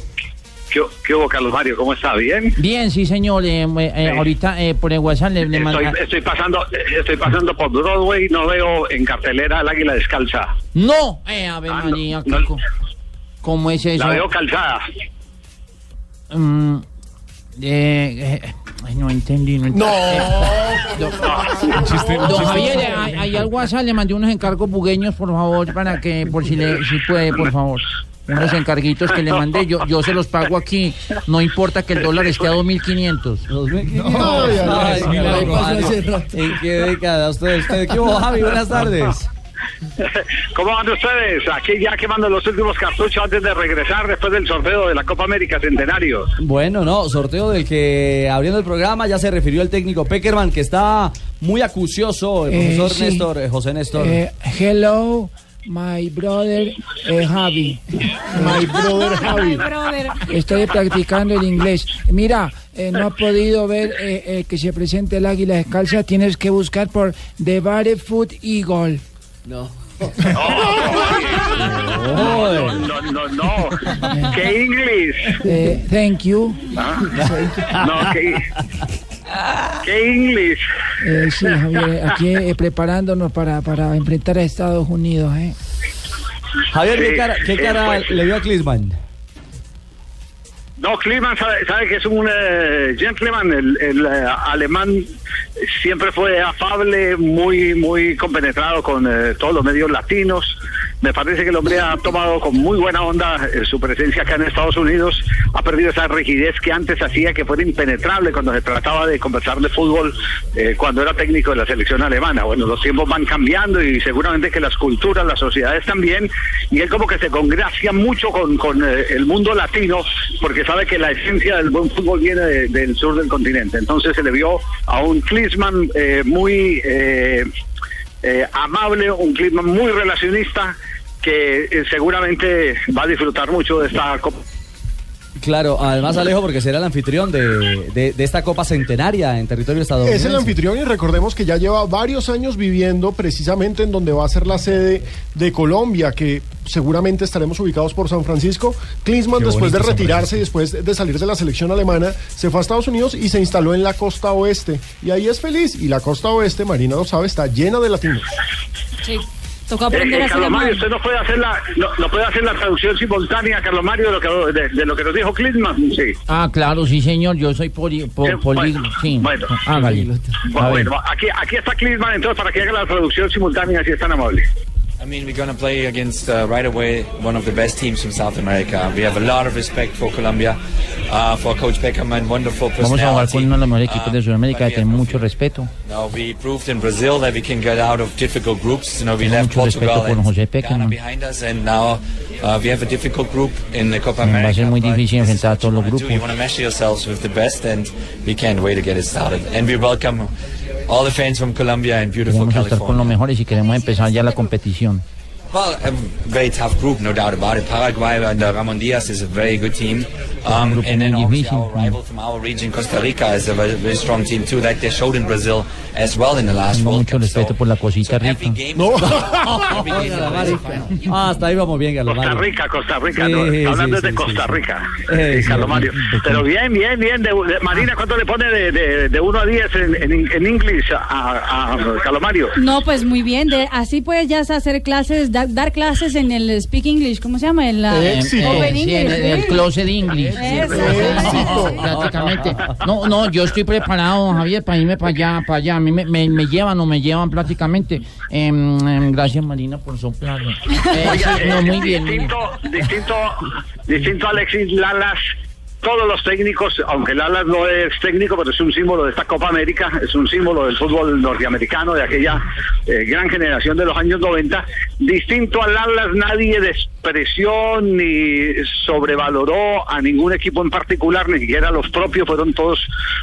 Speaker 1: ¿Qué, qué hubo, Carlos Mario? ¿Cómo está? ¿Bien?
Speaker 14: Bien, sí, señor. eh, eh, Ahorita eh, por el WhatsApp le, le
Speaker 1: Estoy,
Speaker 14: manda-
Speaker 1: estoy pasando estoy pasando por Broadway, no veo en cartelera el águila descalza.
Speaker 14: No, eh, a ver, María, qué co- ¿cómo es eso?
Speaker 1: La veo calzada.
Speaker 14: Mm, eh, eh, ay, no entendí, no entendí. Eh, Don Javier, eh, ahí- ahí al WhatsApp le mandé unos encargos bugueños, por favor, para que, por si, le, si puede, por favor. Unos encarguitos que le mandé, yo, yo se los pago aquí. No importa que el dólar esté a 2.500.
Speaker 7: Ay, ay, Carlos Mario, Ah, ¿En qué década usted? usted? ¿Qué hubo, Javi? Buenas tardes.
Speaker 1: ¿Cómo andan ustedes? Aquí ya quemando los últimos cartuchos antes de regresar después del sorteo de la Copa América Centenario.
Speaker 7: Bueno, no, sorteo del que abriendo el programa ya se refirió el técnico Peckerman, que está muy acucioso, el
Speaker 8: Eh,
Speaker 7: profesor
Speaker 8: sí.
Speaker 7: Néstor, eh, José Néstor.
Speaker 8: Eh, hello, my brother eh, Javi.
Speaker 11: My brother Javi.
Speaker 8: Estoy practicando el inglés. Mira, eh, no ha podido ver eh, eh, que se presente el águila descalza. Tienes que buscar por The Barefoot Eagle.
Speaker 15: No.
Speaker 1: No, no, no, no. ¿Qué inglés?
Speaker 8: Eh, thank you.
Speaker 1: ¿Ah? No, ¿qué, qué inglés?
Speaker 8: Eh, sí, Javier, aquí eh, preparándonos para, para enfrentar a Estados Unidos. ¿eh?
Speaker 7: Javier, ¿qué
Speaker 1: Sí,
Speaker 7: cara, qué
Speaker 1: sí,
Speaker 7: cara
Speaker 1: pues.
Speaker 7: le dio a Klinsmann?
Speaker 1: No, Kliman sabe, sabe que es un eh, gentleman, el, el, eh, alemán siempre fue afable, muy muy compenetrado con eh, todos los medios latinos. Me parece que el hombre ha tomado con muy buena onda eh, su presencia acá en Estados Unidos, ha perdido esa rigidez que antes hacía que fuera impenetrable cuando se trataba de conversar de fútbol eh, cuando era técnico de la selección alemana. Bueno, los tiempos van cambiando y seguramente que las culturas, las sociedades también, y él como que se congracia mucho con, con eh, el mundo latino, porque sabe que la esencia del buen fútbol viene de- del sur del continente. Entonces se le vio a un Klinsmann eh, muy eh, eh, amable, un Klinsmann muy relacionista, que eh, seguramente va a disfrutar mucho de esta Copa.
Speaker 7: Claro, además Alejo, porque será el anfitrión de, de- de esta Copa Centenaria en territorio
Speaker 11: Es
Speaker 7: estadounidense.
Speaker 11: el anfitrión y recordemos que ya lleva varios años viviendo precisamente en donde va a ser la sede de Colombia, que seguramente estaremos ubicados por San Francisco. Klinsmann,
Speaker 23: Qué
Speaker 11: después de
Speaker 23: bonito San
Speaker 11: retirarse y después de salir de la selección alemana, se fue a Estados Unidos y se instaló en la costa oeste. Y ahí es feliz. Y la costa oeste, Marina lo sabe, está llena de latinos.
Speaker 10: Sí, tocó aprender
Speaker 1: Eh, eh,
Speaker 10: a ser
Speaker 1: Carlos Mario,
Speaker 10: amable.
Speaker 1: usted no puede hacer la, no, no puede hacer la traducción simultánea, Carlos Mario, de lo que, de, de lo que nos dijo Klinsmann. Sí.
Speaker 14: Ah, claro, sí, señor. Yo soy poli, po-
Speaker 1: Eh,
Speaker 14: polígono,
Speaker 1: bueno,
Speaker 14: sí.
Speaker 1: bueno.
Speaker 14: Hágale. A
Speaker 1: Bueno,
Speaker 14: ver.
Speaker 1: bueno, aquí, aquí está Klinsmann, entonces, para que haga la traducción simultánea, si es tan amable.
Speaker 23: I mean, we're going to play against uh, right away one of the best teams from South America. We have a lot of respect for Colombia, uh, for Coach Beckham and wonderful
Speaker 14: Vamos a jugar
Speaker 23: personality. uh,
Speaker 14: con uno de los mejores
Speaker 1: Ah,
Speaker 14: equipos de Sudamérica, tenemos mucho respeto.
Speaker 23: No, we proved in Brazil that we can get out of difficult groups. You know, we left
Speaker 14: mucho respeto
Speaker 23: Portugal
Speaker 14: por
Speaker 23: and
Speaker 14: José Peckerman.
Speaker 23: behind us, and now uh, we have a difficult group in the Copa
Speaker 14: Mm, Va a
Speaker 23: America.
Speaker 14: ser muy difícil enfrentar a todos los
Speaker 23: Do you
Speaker 14: grupos.
Speaker 23: want to measure yourselves with the best, and we can't wait to get it started. And we welcome all the fans from Colombia and beautiful
Speaker 14: Queremos estar
Speaker 23: California.
Speaker 14: con los mejores y queremos empezar ya la competición.
Speaker 23: Well, a very tough group, no doubt about it. Paraguay under Ramon Diaz is a very good team. Um, and then obviously our rival from our region, Costa Rica, is a very, very strong team too, like they showed in Brazil as well in the last
Speaker 14: Tengo
Speaker 23: World
Speaker 14: mucho
Speaker 23: Cup.
Speaker 14: respeto por la cosita rica.
Speaker 7: Ah, hasta ahí vamos bien, Carlos
Speaker 1: Costa
Speaker 7: Mario.
Speaker 1: Rica, Costa Rica,
Speaker 7: Sí,
Speaker 1: no, está
Speaker 7: sí,
Speaker 1: hablando
Speaker 7: sí,
Speaker 1: de
Speaker 7: sí,
Speaker 1: Costa
Speaker 7: sí.
Speaker 1: Rica,
Speaker 7: Eh,
Speaker 1: sí,
Speaker 7: sí,
Speaker 1: Carlos Mario.
Speaker 7: sí.
Speaker 1: Pero bien, bien, bien. de- de- Marina, ¿cuánto le pone de, de, de 1 a 10 en, en, en English a, a, a Carlos Mario?
Speaker 10: No, pues muy bien. de- así puedes ya hacer clases, da- dar clases en el Speak English. ¿Cómo se llama? En la
Speaker 14: Eh, sí,
Speaker 10: Open
Speaker 14: sí, en
Speaker 10: English.
Speaker 14: el, en el
Speaker 10: sí.
Speaker 14: closet English.
Speaker 10: Eso,
Speaker 14: Sí, Prácticamente. No, no, yo estoy preparado, Javier, para irme para allá, para allá. A mí me, me- me llevan o me llevan prácticamente. Em, em, gracias, Marina, por soplar. Eh,
Speaker 1: Oiga,
Speaker 14: sí, no,
Speaker 1: eh,
Speaker 14: muy bien. mira.
Speaker 1: distinto, distinto, distinto a Alexis Lalas. Todos los técnicos, aunque Lalas no es técnico, pero es un símbolo de esta Copa América, es un símbolo del fútbol norteamericano, de aquella eh, gran generación de los años 90. Distinto a Lalas, nadie despreció ni sobrevaloró a ningún equipo en particular, ni siquiera a los propios, fueron todos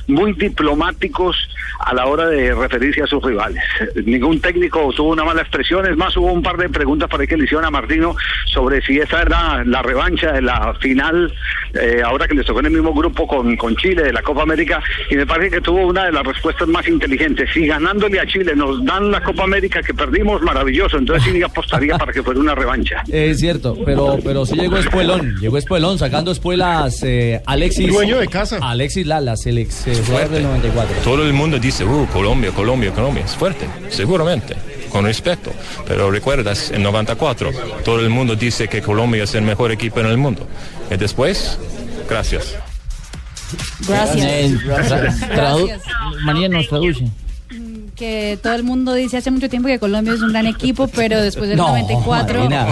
Speaker 1: muy diplomáticos a la hora de referirse a sus rivales. Ningún técnico tuvo una mala expresión, es más, hubo un par de preguntas para que le hicieron a Martino sobre si esa era la revancha de la final, eh, ahora que le tocó en el mismo grupo con, con Chile de la Copa América, y me parece que tuvo una de las respuestas más inteligentes. Si ganándole a Chile nos dan la Copa América que perdimos, maravilloso, entonces sí apostaría para que fuera una revancha.
Speaker 7: Es cierto, pero, pero sí llegó Espuelón, llegó Espuelón sacando espuelas eh, Alexis.
Speaker 3: Dueño
Speaker 7: de casa. Alexis Lalas, el ex eh, jugador
Speaker 3: Fuerte.
Speaker 7: del 94.
Speaker 3: Todo el mundo dice, uh, Colombia, Colombia, Colombia. Es fuerte, seguramente, con respeto. Pero recuerdas, en 94, todo el mundo dice que Colombia es el mejor equipo en el mundo. Y después, gracias.
Speaker 10: Gracias.
Speaker 14: Eh, tra- tradu-
Speaker 10: Gracias.
Speaker 14: María nos traduce.
Speaker 10: Que todo el mundo dice hace mucho tiempo que Colombia es un gran equipo, pero después del 94,
Speaker 7: Marina.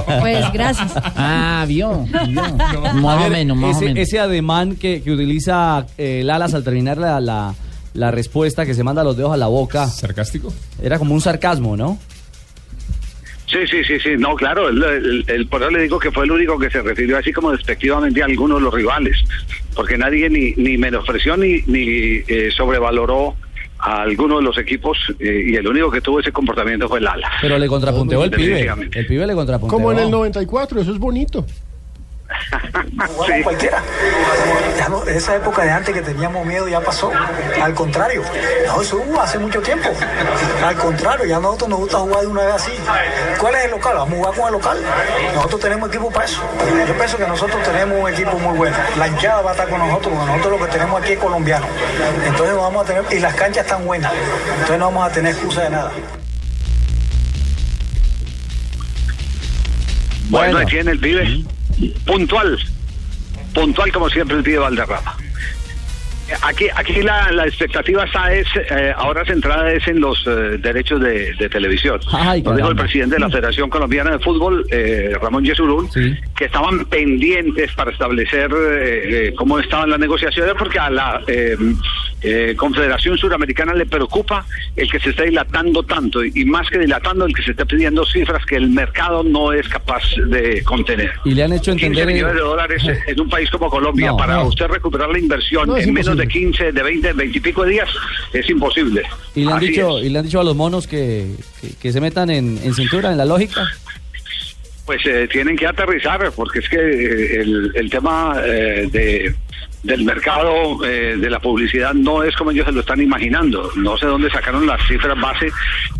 Speaker 10: pues gracias.
Speaker 14: Ah, vio.
Speaker 7: A
Speaker 14: Más o
Speaker 7: ver,
Speaker 14: menos, más o
Speaker 7: ese,
Speaker 14: menos.
Speaker 7: ese ademán que, que utiliza eh, Lalas al terminar la, la, la respuesta que se manda los dedos a la boca.
Speaker 20: ¿Sarcástico?
Speaker 7: Era como un sarcasmo, ¿no?
Speaker 1: Sí, sí, sí, sí, no, claro, el, el- el- por eso le digo que fue el único que se refirió así como despectivamente a algunos de los rivales, porque nadie ni, ni menospreció ni, ni eh, sobrevaloró a alguno de los equipos eh, y el único que tuvo ese comportamiento fue Lala.
Speaker 7: Pero le contrapunteó el pibe.
Speaker 1: Definitivamente.
Speaker 7: El pibe le contrapunteó.
Speaker 11: Como en el 94, eso es bonito.
Speaker 5: Bueno, cualquiera. Ya no- esa época de antes que teníamos miedo ya pasó. Al contrario, no, eso hubo hace mucho tiempo. Al contrario, ya a nosotros nos gusta jugar de una vez así. ¿Cuál es el local? Vamos a jugar con el local. Nosotros tenemos equipo para eso. Yo pienso que nosotros tenemos un equipo muy bueno. La hinchada va a estar con nosotros, porque nosotros lo que tenemos aquí es colombiano. Entonces nos vamos a tener, y las canchas están buenas. Entonces no vamos a tener excusa de nada.
Speaker 1: Bueno, ahí tiene el pibe. Puntual. Puntual como siempre el pibe Valderrama. Aquí, aquí la, la expectativa está es, eh, ahora centrada es en los eh, derechos de, de televisión.
Speaker 7: Ay,
Speaker 1: Lo dijo el
Speaker 7: caramba.
Speaker 1: presidente de la Federación Colombiana de Fútbol, eh, Ramón Yesurún, que estaban pendientes para establecer eh, eh, cómo estaban las negociaciones, porque a la eh, eh, Confederación Suramericana le preocupa el que se esté dilatando tanto, y más que dilatando, el que se esté pidiendo cifras que el mercado no es capaz de contener.
Speaker 7: Y le han hecho
Speaker 1: 15
Speaker 7: entender.
Speaker 1: millones de dólares en un país como Colombia,
Speaker 7: No,
Speaker 1: para
Speaker 7: no.
Speaker 1: usted recuperar la inversión
Speaker 7: No, es
Speaker 1: en menos de
Speaker 7: imposible.
Speaker 1: 15, de 20, 20 y pico de días, es imposible.
Speaker 7: Y le han
Speaker 1: Así
Speaker 7: dicho,
Speaker 1: es.
Speaker 7: y le han dicho a los monos que, que, que se metan en, en cintura, en la lógica.
Speaker 1: Pues eh, tienen que aterrizar, porque es que eh, el, el tema eh, de, del mercado eh, de la publicidad no es como ellos se lo están imaginando. No sé dónde sacaron las cifras base,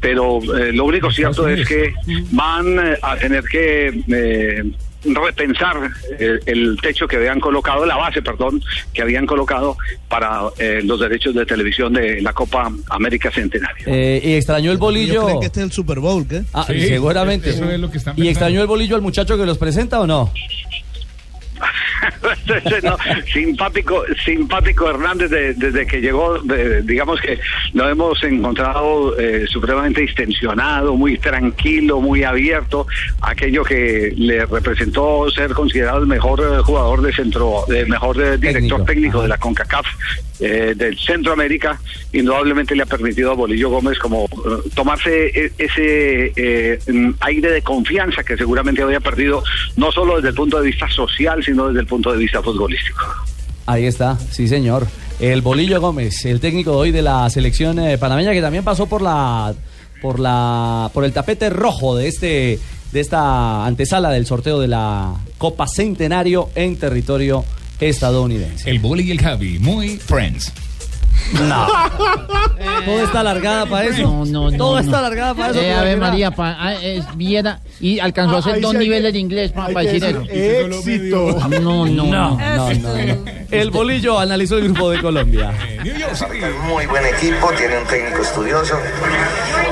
Speaker 1: pero eh, lo único cierto es que van eh, a tener que eh, repensar eh, el techo que habían colocado, la base, perdón, que habían colocado para eh, los derechos de televisión de la Copa América Centenaria.
Speaker 7: Eh, y extrañó el bolillo.
Speaker 1: creen que
Speaker 7: este es el Super Bowl, ¿qué? Ah,
Speaker 1: Sí,
Speaker 7: seguramente.
Speaker 1: eso es lo que están
Speaker 7: ¿Y
Speaker 1: pensando.
Speaker 7: extrañó el bolillo al muchacho que los presenta o no?
Speaker 1: no, simpático, simpático Hernández de- desde que llegó, de- digamos que lo hemos encontrado eh, supremamente distensionado, muy tranquilo, muy abierto, aquello que le representó ser considerado el mejor eh, jugador de centro, el mejor eh, director técnico, de la CONCACAF eh, del Centroamérica, indudablemente le ha permitido a Bolillo Gómez como eh, tomarse e- ese eh, mm, aire de confianza que seguramente había perdido, no solo desde el punto de vista social, sino desde el punto de vista futbolístico.
Speaker 7: Ahí está, sí señor. El Bolillo Gómez, el técnico de hoy de la selección eh, panameña que también pasó por la por la por el tapete rojo de este de esta antesala del sorteo de la Copa Centenario en territorio estadounidense.
Speaker 20: El Boli y el Javi, muy friends.
Speaker 7: No. Todo está alargada para eso.
Speaker 14: No, no, no.
Speaker 7: Todo
Speaker 14: no.
Speaker 7: está alargada para eso.
Speaker 14: Eh, a ver, María, pa, ah, es, viera, y alcanzó a
Speaker 7: Ah,
Speaker 14: hacer
Speaker 7: ahí
Speaker 14: dos
Speaker 7: sí hay
Speaker 14: niveles de inglés pa- para decir eso.
Speaker 7: Éxito.
Speaker 14: No, no, no.
Speaker 7: no, no. El Bolillo analizó el grupo de Colombia.
Speaker 6: Es muy buen equipo, tiene un técnico estudioso.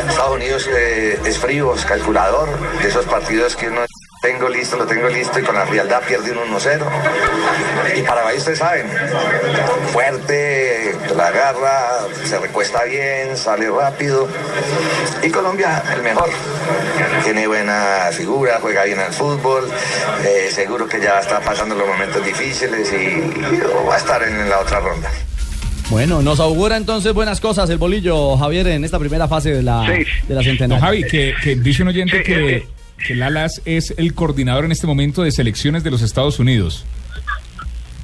Speaker 6: Estados Unidos eh, es frío, es calculador. De esos partidos que uno tengo listo, lo tengo listo y con la frialdad pierde un 1-0. Y Paraguay, ustedes saben, fuerte, la agarra, se recuesta bien, sale rápido. Y Colombia, el mejor. Tiene buena figura, juega bien al fútbol. eh, seguro que ya está pasando los momentos difíciles y, y va a estar en la otra ronda.
Speaker 7: Bueno, nos augura entonces buenas cosas el Bolillo, Javier, en esta primera fase de la, de la
Speaker 20: Don
Speaker 7: Centenario.
Speaker 20: Javi, que, que dice un oyente que, que Lalas es el coordinador en este momento de selecciones de los Estados Unidos.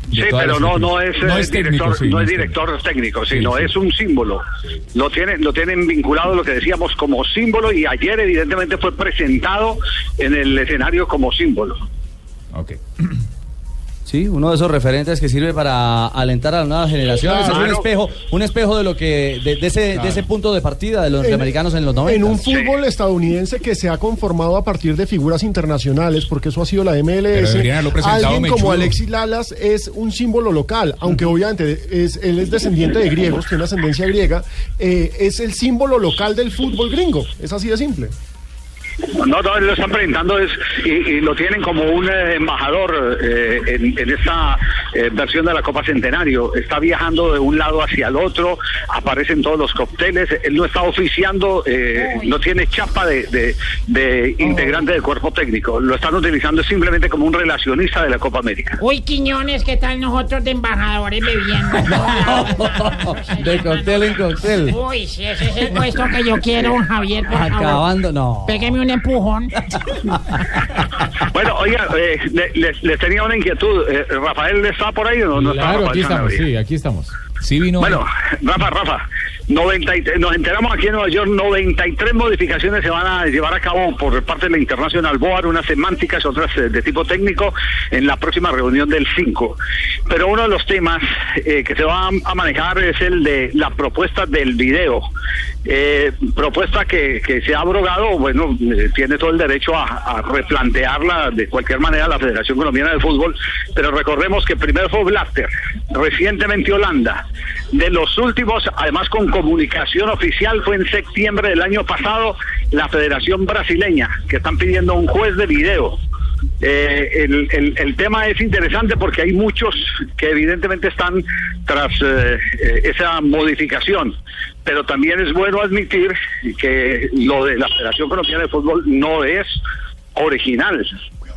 Speaker 20: De
Speaker 1: Sí,
Speaker 20: todas
Speaker 1: pero
Speaker 20: las
Speaker 1: no,
Speaker 20: selecciones.
Speaker 1: no es, eh, director,
Speaker 20: No es técnico, sí,
Speaker 1: no
Speaker 20: no
Speaker 1: es
Speaker 20: es
Speaker 1: director técnico, sino es un símbolo. Lo tienen, lo tienen vinculado lo que decíamos como símbolo y ayer evidentemente fue presentado en el escenario como símbolo.
Speaker 7: Sí, uno de esos referentes que sirve para alentar a las nuevas generaciones.
Speaker 11: Claro.
Speaker 7: Es un espejo, un espejo de lo que, de, de ese, de ese punto de partida de los norteamericanos en los 90.
Speaker 11: En un fútbol estadounidense que se ha conformado a partir de figuras internacionales, porque eso ha sido la MLS.
Speaker 20: deberían haberlo presentado
Speaker 11: Alguien
Speaker 20: mechudo.
Speaker 11: como Alexis Lalas es un símbolo local, aunque obviamente es, él es descendiente de griegos, tiene ascendencia griega, eh, es el símbolo local del fútbol gringo. Es así de simple.
Speaker 1: No, no, lo están presentando es, y, y lo tienen como un eh, embajador eh, en, en esta eh, versión de la Copa Centenario. Está viajando de un lado hacia el otro, aparecen todos los cócteles. Él no está oficiando, eh, no tiene chapa de, de- de
Speaker 9: Oh.
Speaker 1: integrante del cuerpo técnico. Lo están utilizando simplemente como un relacionista de la Copa América.
Speaker 13: Uy, Quiñones, ¿qué tal nosotros de embajadores bebiendo?
Speaker 7: De cóctel en cóctel.
Speaker 13: Uy, si ese es el puesto que yo quiero, don Javier, por favor.
Speaker 7: Acabando, no.
Speaker 13: Pégueme un empujón.
Speaker 1: Bueno, oiga, eh, le- les, les tenía una inquietud. Eh, ¿Rafael está por ahí o no, no está
Speaker 9: Claro,
Speaker 1: Rafael
Speaker 9: aquí estamos,
Speaker 1: Sanabria?
Speaker 9: sí, aquí estamos.
Speaker 20: Sí vino.
Speaker 1: Bueno, Rafa, Rafa, 93 nos enteramos aquí en Nueva York, 93 modificaciones se van a llevar a cabo por parte de la Internacional Board, unas semánticas, otras eh, de tipo técnico, en la próxima reunión del 5. Pero uno de los temas eh, que se va a, a manejar es el de la propuesta del video. Eh, propuesta que, que se ha abrogado, bueno, eh, tiene todo el derecho a, a replantearla de cualquier manera la Federación Colombiana de Fútbol, pero recordemos que primero fue Blatter, recientemente Holanda. De los últimos, además con comunicación oficial, fue en septiembre del año pasado la Federación Brasileña, que están pidiendo un juez de video. Eh, el, el- el tema es interesante porque hay muchos que evidentemente están tras eh, eh, esa modificación, pero también es bueno admitir que lo de la Federación Colombiana de Fútbol no es original,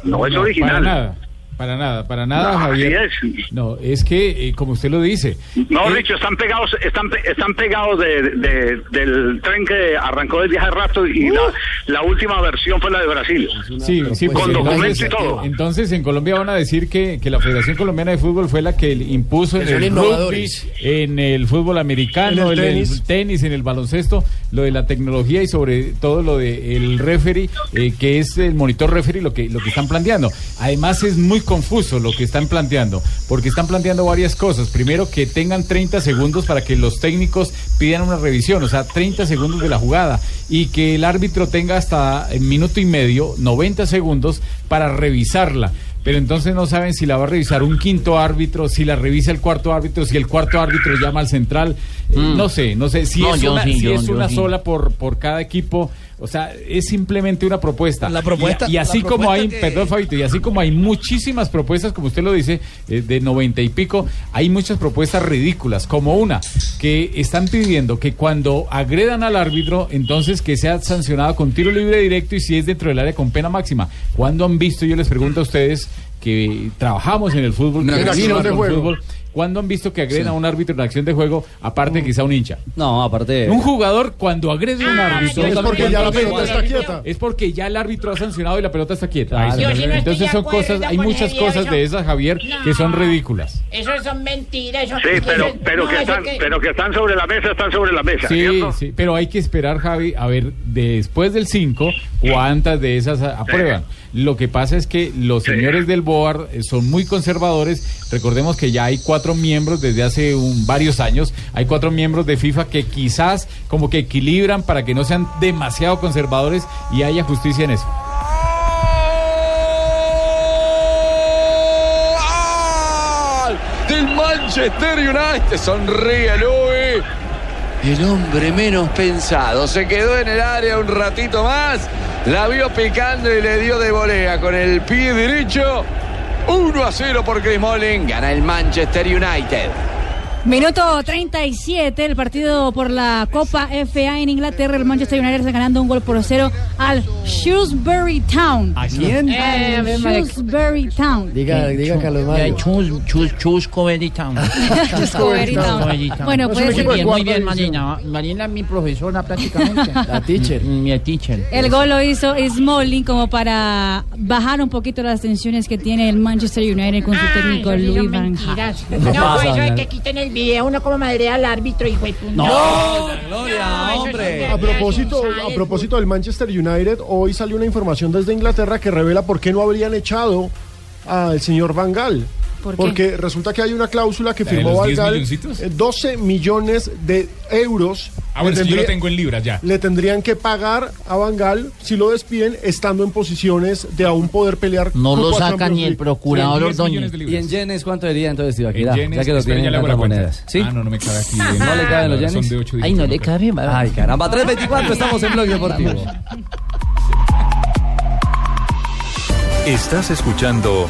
Speaker 1: no es
Speaker 9: Para
Speaker 1: original.
Speaker 9: nada, para nada, para nada,
Speaker 1: No, así
Speaker 9: Javier. No, es que, eh, como usted lo dice,
Speaker 1: No, Richo, están pegados, están, pe- están pegados de, de- del tren que arrancó desde hace rato y la, la última versión fue la de Brasil.
Speaker 9: Uh. Sí, sí, pues,
Speaker 1: con documento
Speaker 9: entonces,
Speaker 1: y todo.
Speaker 9: entonces en Colombia van a decir que, que la Federación Colombiana de Fútbol fue la que le impuso
Speaker 1: Que
Speaker 9: en
Speaker 1: son
Speaker 9: el rugby,
Speaker 1: innovadores.
Speaker 9: en el fútbol americano, en
Speaker 1: En
Speaker 9: el,
Speaker 1: el
Speaker 9: tenis. en el baloncesto, lo de la tecnología y sobre todo lo del referee, eh, que es el monitor referee, lo que, lo que están planteando. Además es muy confuso lo que están planteando, porque están planteando varias cosas. Primero, que tengan 30 segundos para que los técnicos pidan una revisión, o sea, 30 segundos de la jugada, y que el árbitro tenga hasta eh, minuto y medio, 90 segundos, para revisarla. Pero entonces no saben si la va a revisar un quinto árbitro, si la revisa el cuarto árbitro, si el cuarto árbitro llama al central. Eh,
Speaker 14: Mm.
Speaker 9: No sé, no sé. Si
Speaker 14: No,
Speaker 9: es
Speaker 14: yo
Speaker 9: una,
Speaker 14: sí,
Speaker 9: si
Speaker 14: yo-
Speaker 9: es
Speaker 14: yo
Speaker 9: una
Speaker 14: sí.
Speaker 9: sola por, por cada equipo. O sea, es simplemente una propuesta.
Speaker 4: La propuesta-
Speaker 9: Y, y así
Speaker 4: la
Speaker 9: como hay,
Speaker 4: propuesta que-
Speaker 9: perdón, Fabito, y así como hay muchísimas propuestas, como usted lo dice, eh, de noventa y pico, hay muchas propuestas ridículas, como una, que están pidiendo que cuando agredan al árbitro, entonces que sea sancionado con tiro libre directo y si es dentro del área con pena máxima. ¿Cuándo han visto, yo les pregunto a ustedes, que trabajamos en el fútbol,
Speaker 11: En
Speaker 9: que
Speaker 11: acciones
Speaker 9: trabajamos
Speaker 11: de
Speaker 9: con
Speaker 11: juego.
Speaker 9: fútbol, ¿cuándo han visto que agreden
Speaker 11: Sí.
Speaker 9: a un árbitro en acción de juego, aparte quizá un hincha?
Speaker 7: No, aparte.
Speaker 9: Un jugador cuando agrede
Speaker 20: Ah,
Speaker 9: a un árbitro
Speaker 11: Es porque Ah, ya la pelota está quieta.
Speaker 9: Es porque ya el árbitro ha sancionado y la pelota está quieta.
Speaker 11: Claro. Yo sí no estoy
Speaker 9: Entonces
Speaker 11: de
Speaker 9: son
Speaker 11: acuerdo
Speaker 9: cosas, hay
Speaker 11: con
Speaker 9: muchas
Speaker 11: Javier,
Speaker 9: cosas
Speaker 11: yo-
Speaker 9: de esas, Javier, que son ridículas.
Speaker 13: Eso son mentiras. Eso,
Speaker 1: Sí, pero,
Speaker 13: eso-
Speaker 1: pero,
Speaker 13: no,
Speaker 1: que
Speaker 13: eso
Speaker 1: están, pero que están sobre la mesa, están sobre la mesa.
Speaker 9: Sí,
Speaker 1: ¿cierto?
Speaker 9: sí, pero hay que esperar, Javi, a ver después del 5 cuántas de esas a- aprueban. Lo que pasa es que los señores del BOAR eh, son muy conservadores. Recordemos que ya hay cuatro miembros desde hace un- varios años. Hay cuatro miembros de FIFA que quizás como que equilibran para que no sean demasiado conservadores y haya justicia en eso.
Speaker 16: del Manchester United. Sonríe Luis. Y el hombre menos pensado se quedó en el área un ratito más. La vio picando y le dio de volea con el pie derecho. 1 a 0 por Chris Molling. Gana el Manchester United.
Speaker 10: Minuto 37, el partido por la Copa FA en Inglaterra. El Manchester United está ganando un gol por cero al Shrewsbury Town. ¿A
Speaker 15: quién?
Speaker 13: Eh,
Speaker 10: Al Shrewsbury Town.
Speaker 15: Diga, diga Carlos Mario.
Speaker 14: Chus, chus, chusco Town.
Speaker 10: Chuscoveri Town. Bueno,
Speaker 14: Bueno,
Speaker 10: puede
Speaker 14: pues
Speaker 10: ser
Speaker 14: muy bien,
Speaker 10: bien.
Speaker 14: muy bien, Marina. Marina es mi profesora prácticamente. La teacher. Mi teacher.
Speaker 10: El gol lo hizo Smalling como para bajar un poquito las tensiones que tiene el Manchester United con su técnico
Speaker 13: eso sí son
Speaker 10: Louis Van Gaal.
Speaker 13: No, eso de que quiten el video, uno como madre al árbitro, hijo de puta.
Speaker 11: Gloria,
Speaker 13: hombre.
Speaker 11: A propósito, a propósito del Manchester United, hoy salió una información desde Inglaterra que revela por qué no habrían echado al señor Van Gaal.
Speaker 10: ¿Por qué?
Speaker 11: Porque resulta que hay una cláusula que
Speaker 20: ¿La de
Speaker 11: firmó
Speaker 20: los
Speaker 11: Van
Speaker 20: 10
Speaker 11: Gaal,
Speaker 20: milloncitos?
Speaker 11: eh, 12 millones de euros.
Speaker 20: Ah, bueno,
Speaker 11: Le
Speaker 20: es que yo lo
Speaker 11: tendría-
Speaker 20: tengo en libras ya.
Speaker 11: le tendrían que pagar a Van Gaal si lo despiden estando en posiciones de aún poder pelear.
Speaker 14: No lo
Speaker 11: cupo a
Speaker 14: saca
Speaker 11: Champions
Speaker 14: ni el
Speaker 11: League.
Speaker 14: procurador
Speaker 11: Sí, 10
Speaker 14: Ordóñez.
Speaker 11: millones de libras.
Speaker 14: Y
Speaker 7: ¿Y en yenes cuánto diría entonces Tibaquirá?
Speaker 20: En yenes,
Speaker 7: Ya que lo
Speaker 20: espera,
Speaker 7: tienen
Speaker 20: ya
Speaker 7: en
Speaker 20: le hago la
Speaker 7: tantas
Speaker 20: cuenta.
Speaker 7: monedas. ¿Sí?
Speaker 20: Ah, no, no me cabe aquí.
Speaker 7: ¿No le caben los
Speaker 20: Son
Speaker 7: yenes?
Speaker 20: de ocho
Speaker 7: Ay, no le cabe. Ay, caramba. 3.24, estamos en Blog Deportivo.
Speaker 2: Estás escuchando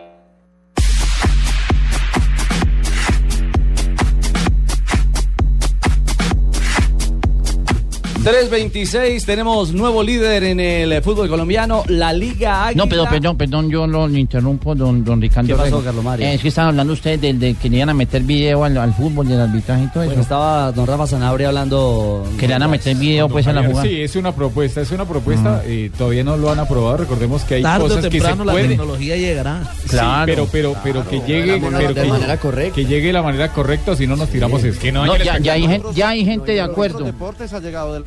Speaker 7: veintiséis, tenemos nuevo líder en el fútbol colombiano, la Liga Águila.
Speaker 14: No, pero perdón, perdón, yo lo interrumpo, don, don Ricardo.
Speaker 7: ¿Qué pasó,
Speaker 14: Rego.
Speaker 7: Carlos Mario?
Speaker 14: Eh, es que estaban hablando ustedes del de que le iban a meter video al, al fútbol, del arbitraje y todo eso.
Speaker 7: Bueno, estaba don Rafa Sanabria hablando.
Speaker 14: Que le van a meter video, pues, a la
Speaker 9: Javier,
Speaker 14: jugada. Mm.
Speaker 9: Sí, es una propuesta, es una propuesta. eh, todavía no lo han aprobado. Recordemos que hay
Speaker 4: Tarde o
Speaker 9: cosas que se
Speaker 4: temprano la
Speaker 9: pueden.
Speaker 4: tecnología llegará.
Speaker 9: Sí, pero, pero, pero que llegue
Speaker 4: hagámoslo
Speaker 9: pero
Speaker 4: de
Speaker 9: que-
Speaker 4: manera
Speaker 9: Que llegue de la manera correcta, si no nos tiramos esto.
Speaker 14: No, ya, ya hay gente, ya hay gente de acuerdo.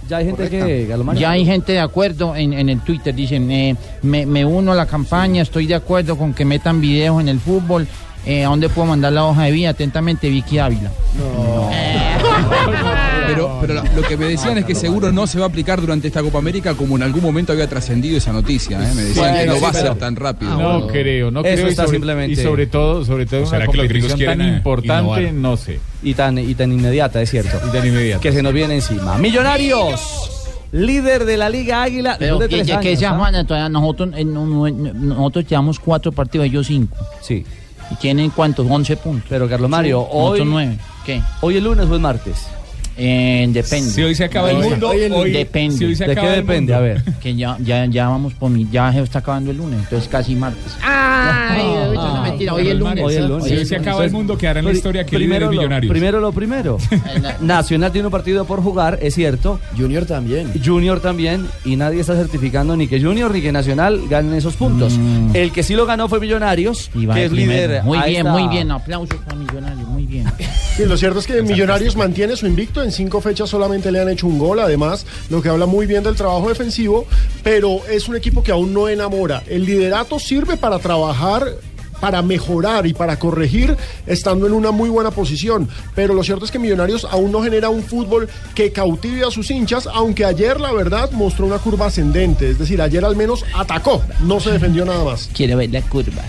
Speaker 7: Ya hay gente que. Galomar-
Speaker 14: Ya hay gente de acuerdo en, en el Twitter, dicen, eh, me, me uno a la campaña, estoy de acuerdo con que metan videos en el fútbol, eh, ¿a dónde puedo mandar la hoja de vida? Atentamente, Vicky Ávila.
Speaker 12: Pero, pero la- lo que me decían es que seguro no se va a aplicar durante esta Copa América como en algún momento había trascendido esa noticia. ¿eh? Me decían
Speaker 9: Bueno,
Speaker 12: que no
Speaker 9: sí,
Speaker 12: va a
Speaker 9: pero-
Speaker 12: ser tan rápido.
Speaker 9: No creo, no creo. y sobre, Y sobre todo, sobre todo en una competición tan
Speaker 12: eh,
Speaker 9: importante, no sé.
Speaker 7: Y tan, y tan inmediata, es cierto. Y
Speaker 9: tan inmediata.
Speaker 7: Que se nos viene encima. Millonarios, líder de la Liga Águila.
Speaker 14: Pero
Speaker 7: después de
Speaker 14: que,
Speaker 7: tres
Speaker 14: que- que
Speaker 7: años,
Speaker 14: sea
Speaker 7: ¿ah?
Speaker 14: Juana, todavía nosotros, eh, no- no- nosotros llevamos cuatro partidos, ellos cinco.
Speaker 7: Sí.
Speaker 14: ¿Y tienen cuántos? 11 puntos.
Speaker 7: Pero Carlos Mario, hoy-
Speaker 14: nueve. ¿Qué?
Speaker 7: ¿ah? ¿Hoy el lunes o el martes?
Speaker 14: depende.
Speaker 7: Si hoy se acaba el Hoy- mundo, hoy el hoy- lunes.
Speaker 14: depende.
Speaker 7: si hoy se ¿De acaba qué el depende? mundo. A ver.
Speaker 14: Que ya, ya, ya vamos por mi. Ya se está acabando el lunes, entonces casi martes.
Speaker 7: Ah,
Speaker 13: Ay,
Speaker 14: eso es una mentira, hoy es lunes.
Speaker 10: ¿eh?
Speaker 7: Hoy es lunes.
Speaker 14: Si hoy se acaba el mundo,
Speaker 7: quedará
Speaker 14: en la historia que
Speaker 7: primero
Speaker 14: líder es
Speaker 7: lo-
Speaker 14: Millonarios.
Speaker 7: Primero lo primero. Nacional tiene un partido por jugar, es cierto.
Speaker 15: Junior también.
Speaker 7: Junior también. Y nadie está certificando ni que Junior ni que Nacional ganen esos puntos. El que sí lo ganó fue Millonarios,
Speaker 14: Y va Mm.
Speaker 7: que
Speaker 14: de
Speaker 7: es
Speaker 14: primero.
Speaker 7: líder.
Speaker 14: Muy
Speaker 7: a
Speaker 14: bien,
Speaker 7: esta-
Speaker 14: muy bien. Aplausos para Millonarios, muy bien.
Speaker 11: Sí, lo cierto es que Millonarios mantiene su invicto, en cinco fechas solamente le han hecho un gol, además, lo que habla muy bien del trabajo defensivo, pero es un equipo que aún no enamora. El liderato sirve para trabajar para mejorar y para corregir estando en una muy buena posición. Pero lo cierto es que Millonarios aún no genera un fútbol que cautive a sus hinchas, aunque ayer la verdad mostró una curva ascendente. Es decir, ayer al menos atacó, no se defendió nada más.
Speaker 15: Quiero ver la curva.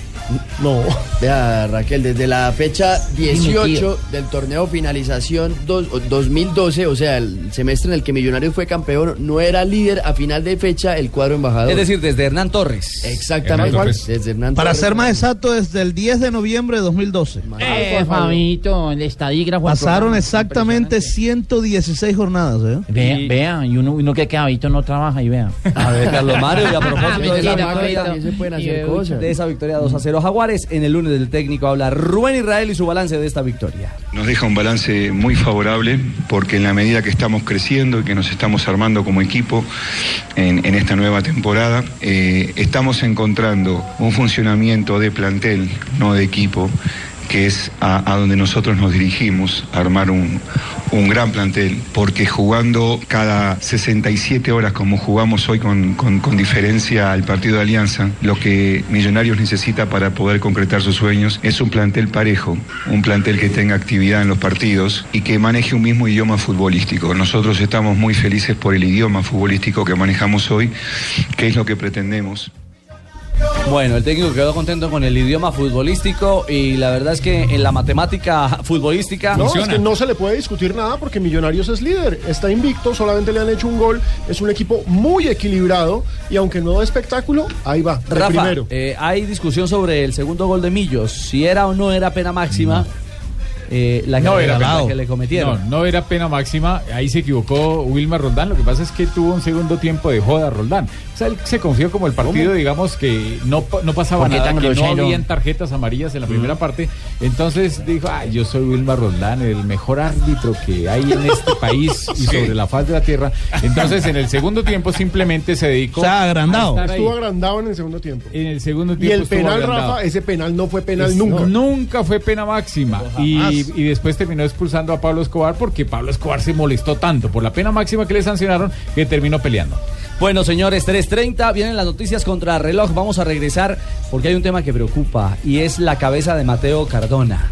Speaker 11: No.
Speaker 15: Vea, Raquel, desde la fecha 18 del torneo finalización dos- o 2012, o sea, el semestre en el que Millonarios fue campeón, no era líder a final de fecha el cuadro embajador.
Speaker 4: Es decir, desde Hernán Torres.
Speaker 15: Exactamente. Desde Hernán
Speaker 4: Para
Speaker 15: Torres.
Speaker 4: ser
Speaker 17: más exacto, desde el 10 de noviembre de 2012.
Speaker 14: Eh, Fabito, el estadígrafo. el
Speaker 17: Pasaron
Speaker 14: programa.
Speaker 17: exactamente 116 jornadas. ¿eh?
Speaker 14: Vea, vea, y uno, uno que que Fabito no trabaja y vea.
Speaker 7: A ver, Carlos Mario, y a propósito de esa
Speaker 14: Mentira,
Speaker 7: victoria,
Speaker 14: Fabito.
Speaker 7: y de- de esa victoria 2 a 0 Jaguares, en el lunes del técnico habla Rubén Israel y su balance de esta victoria.
Speaker 18: Nos deja un balance muy favorable porque en la medida que estamos creciendo y que nos estamos armando como equipo en, en esta nueva temporada, eh, estamos encontrando un funcionamiento de plantel, no de equipo, que es a, a donde nosotros nos dirigimos, a armar un, un gran plantel, porque jugando cada 67 horas como jugamos hoy con, con- con diferencia al partido de Alianza, lo que Millonarios necesita para poder concretar sus sueños es un plantel parejo, un plantel que tenga actividad en los partidos y que maneje un mismo idioma futbolístico. Nosotros estamos muy felices por el idioma futbolístico que manejamos hoy, que es lo que pretendemos.
Speaker 7: Bueno, el técnico quedó contento con el idioma futbolístico y la verdad es que en la matemática futbolística
Speaker 11: No, es que no se le puede discutir nada porque Millonarios es líder, está invicto, solamente le han hecho un gol, es un equipo muy equilibrado y aunque no da espectáculo, ahí va, de
Speaker 7: Rafa,
Speaker 11: primero.
Speaker 7: eh, hay discusión sobre el segundo gol de Millos, si era o no era pena
Speaker 11: Mm.
Speaker 7: máxima eh, la, que
Speaker 9: No
Speaker 7: le-
Speaker 9: era
Speaker 7: la
Speaker 9: penal.
Speaker 7: que le cometieron.
Speaker 9: No, no era pena máxima. Ahí se equivocó Wilmar Roldán. Lo que pasa es que tuvo un segundo tiempo de joda Roldán. O sea, él se confió como el partido, digamos, que no, pa- no pasaba
Speaker 14: ¿Por qué
Speaker 9: nada,
Speaker 14: tan
Speaker 9: que no
Speaker 14: grosero?
Speaker 9: habían tarjetas amarillas
Speaker 7: Mm.
Speaker 9: en la primera parte. Entonces dijo, "Ay, yo soy Wilmar Roldán, el mejor árbitro que hay en este país y sobre la faz de la tierra. Entonces, en el segundo tiempo simplemente se dedicó... a estar ahí.
Speaker 11: Estuvo agrandado en el segundo tiempo.
Speaker 9: En el segundo
Speaker 11: Y
Speaker 9: tiempo
Speaker 11: el
Speaker 9: estuvo
Speaker 11: penal,
Speaker 9: agrandado.
Speaker 11: Rafa, ese penal no fue penal
Speaker 9: Es-
Speaker 11: nunca.
Speaker 9: Pues no, nunca fue pena máxima. Y, y después terminó expulsando a Pablo Escobar porque Pablo Escobar se molestó tanto por la pena máxima que le sancionaron que terminó peleando.
Speaker 7: Bueno, señores, 3.30, vienen las noticias contra reloj. Vamos a regresar porque hay un tema que preocupa y es la cabeza de Mateo Cardona.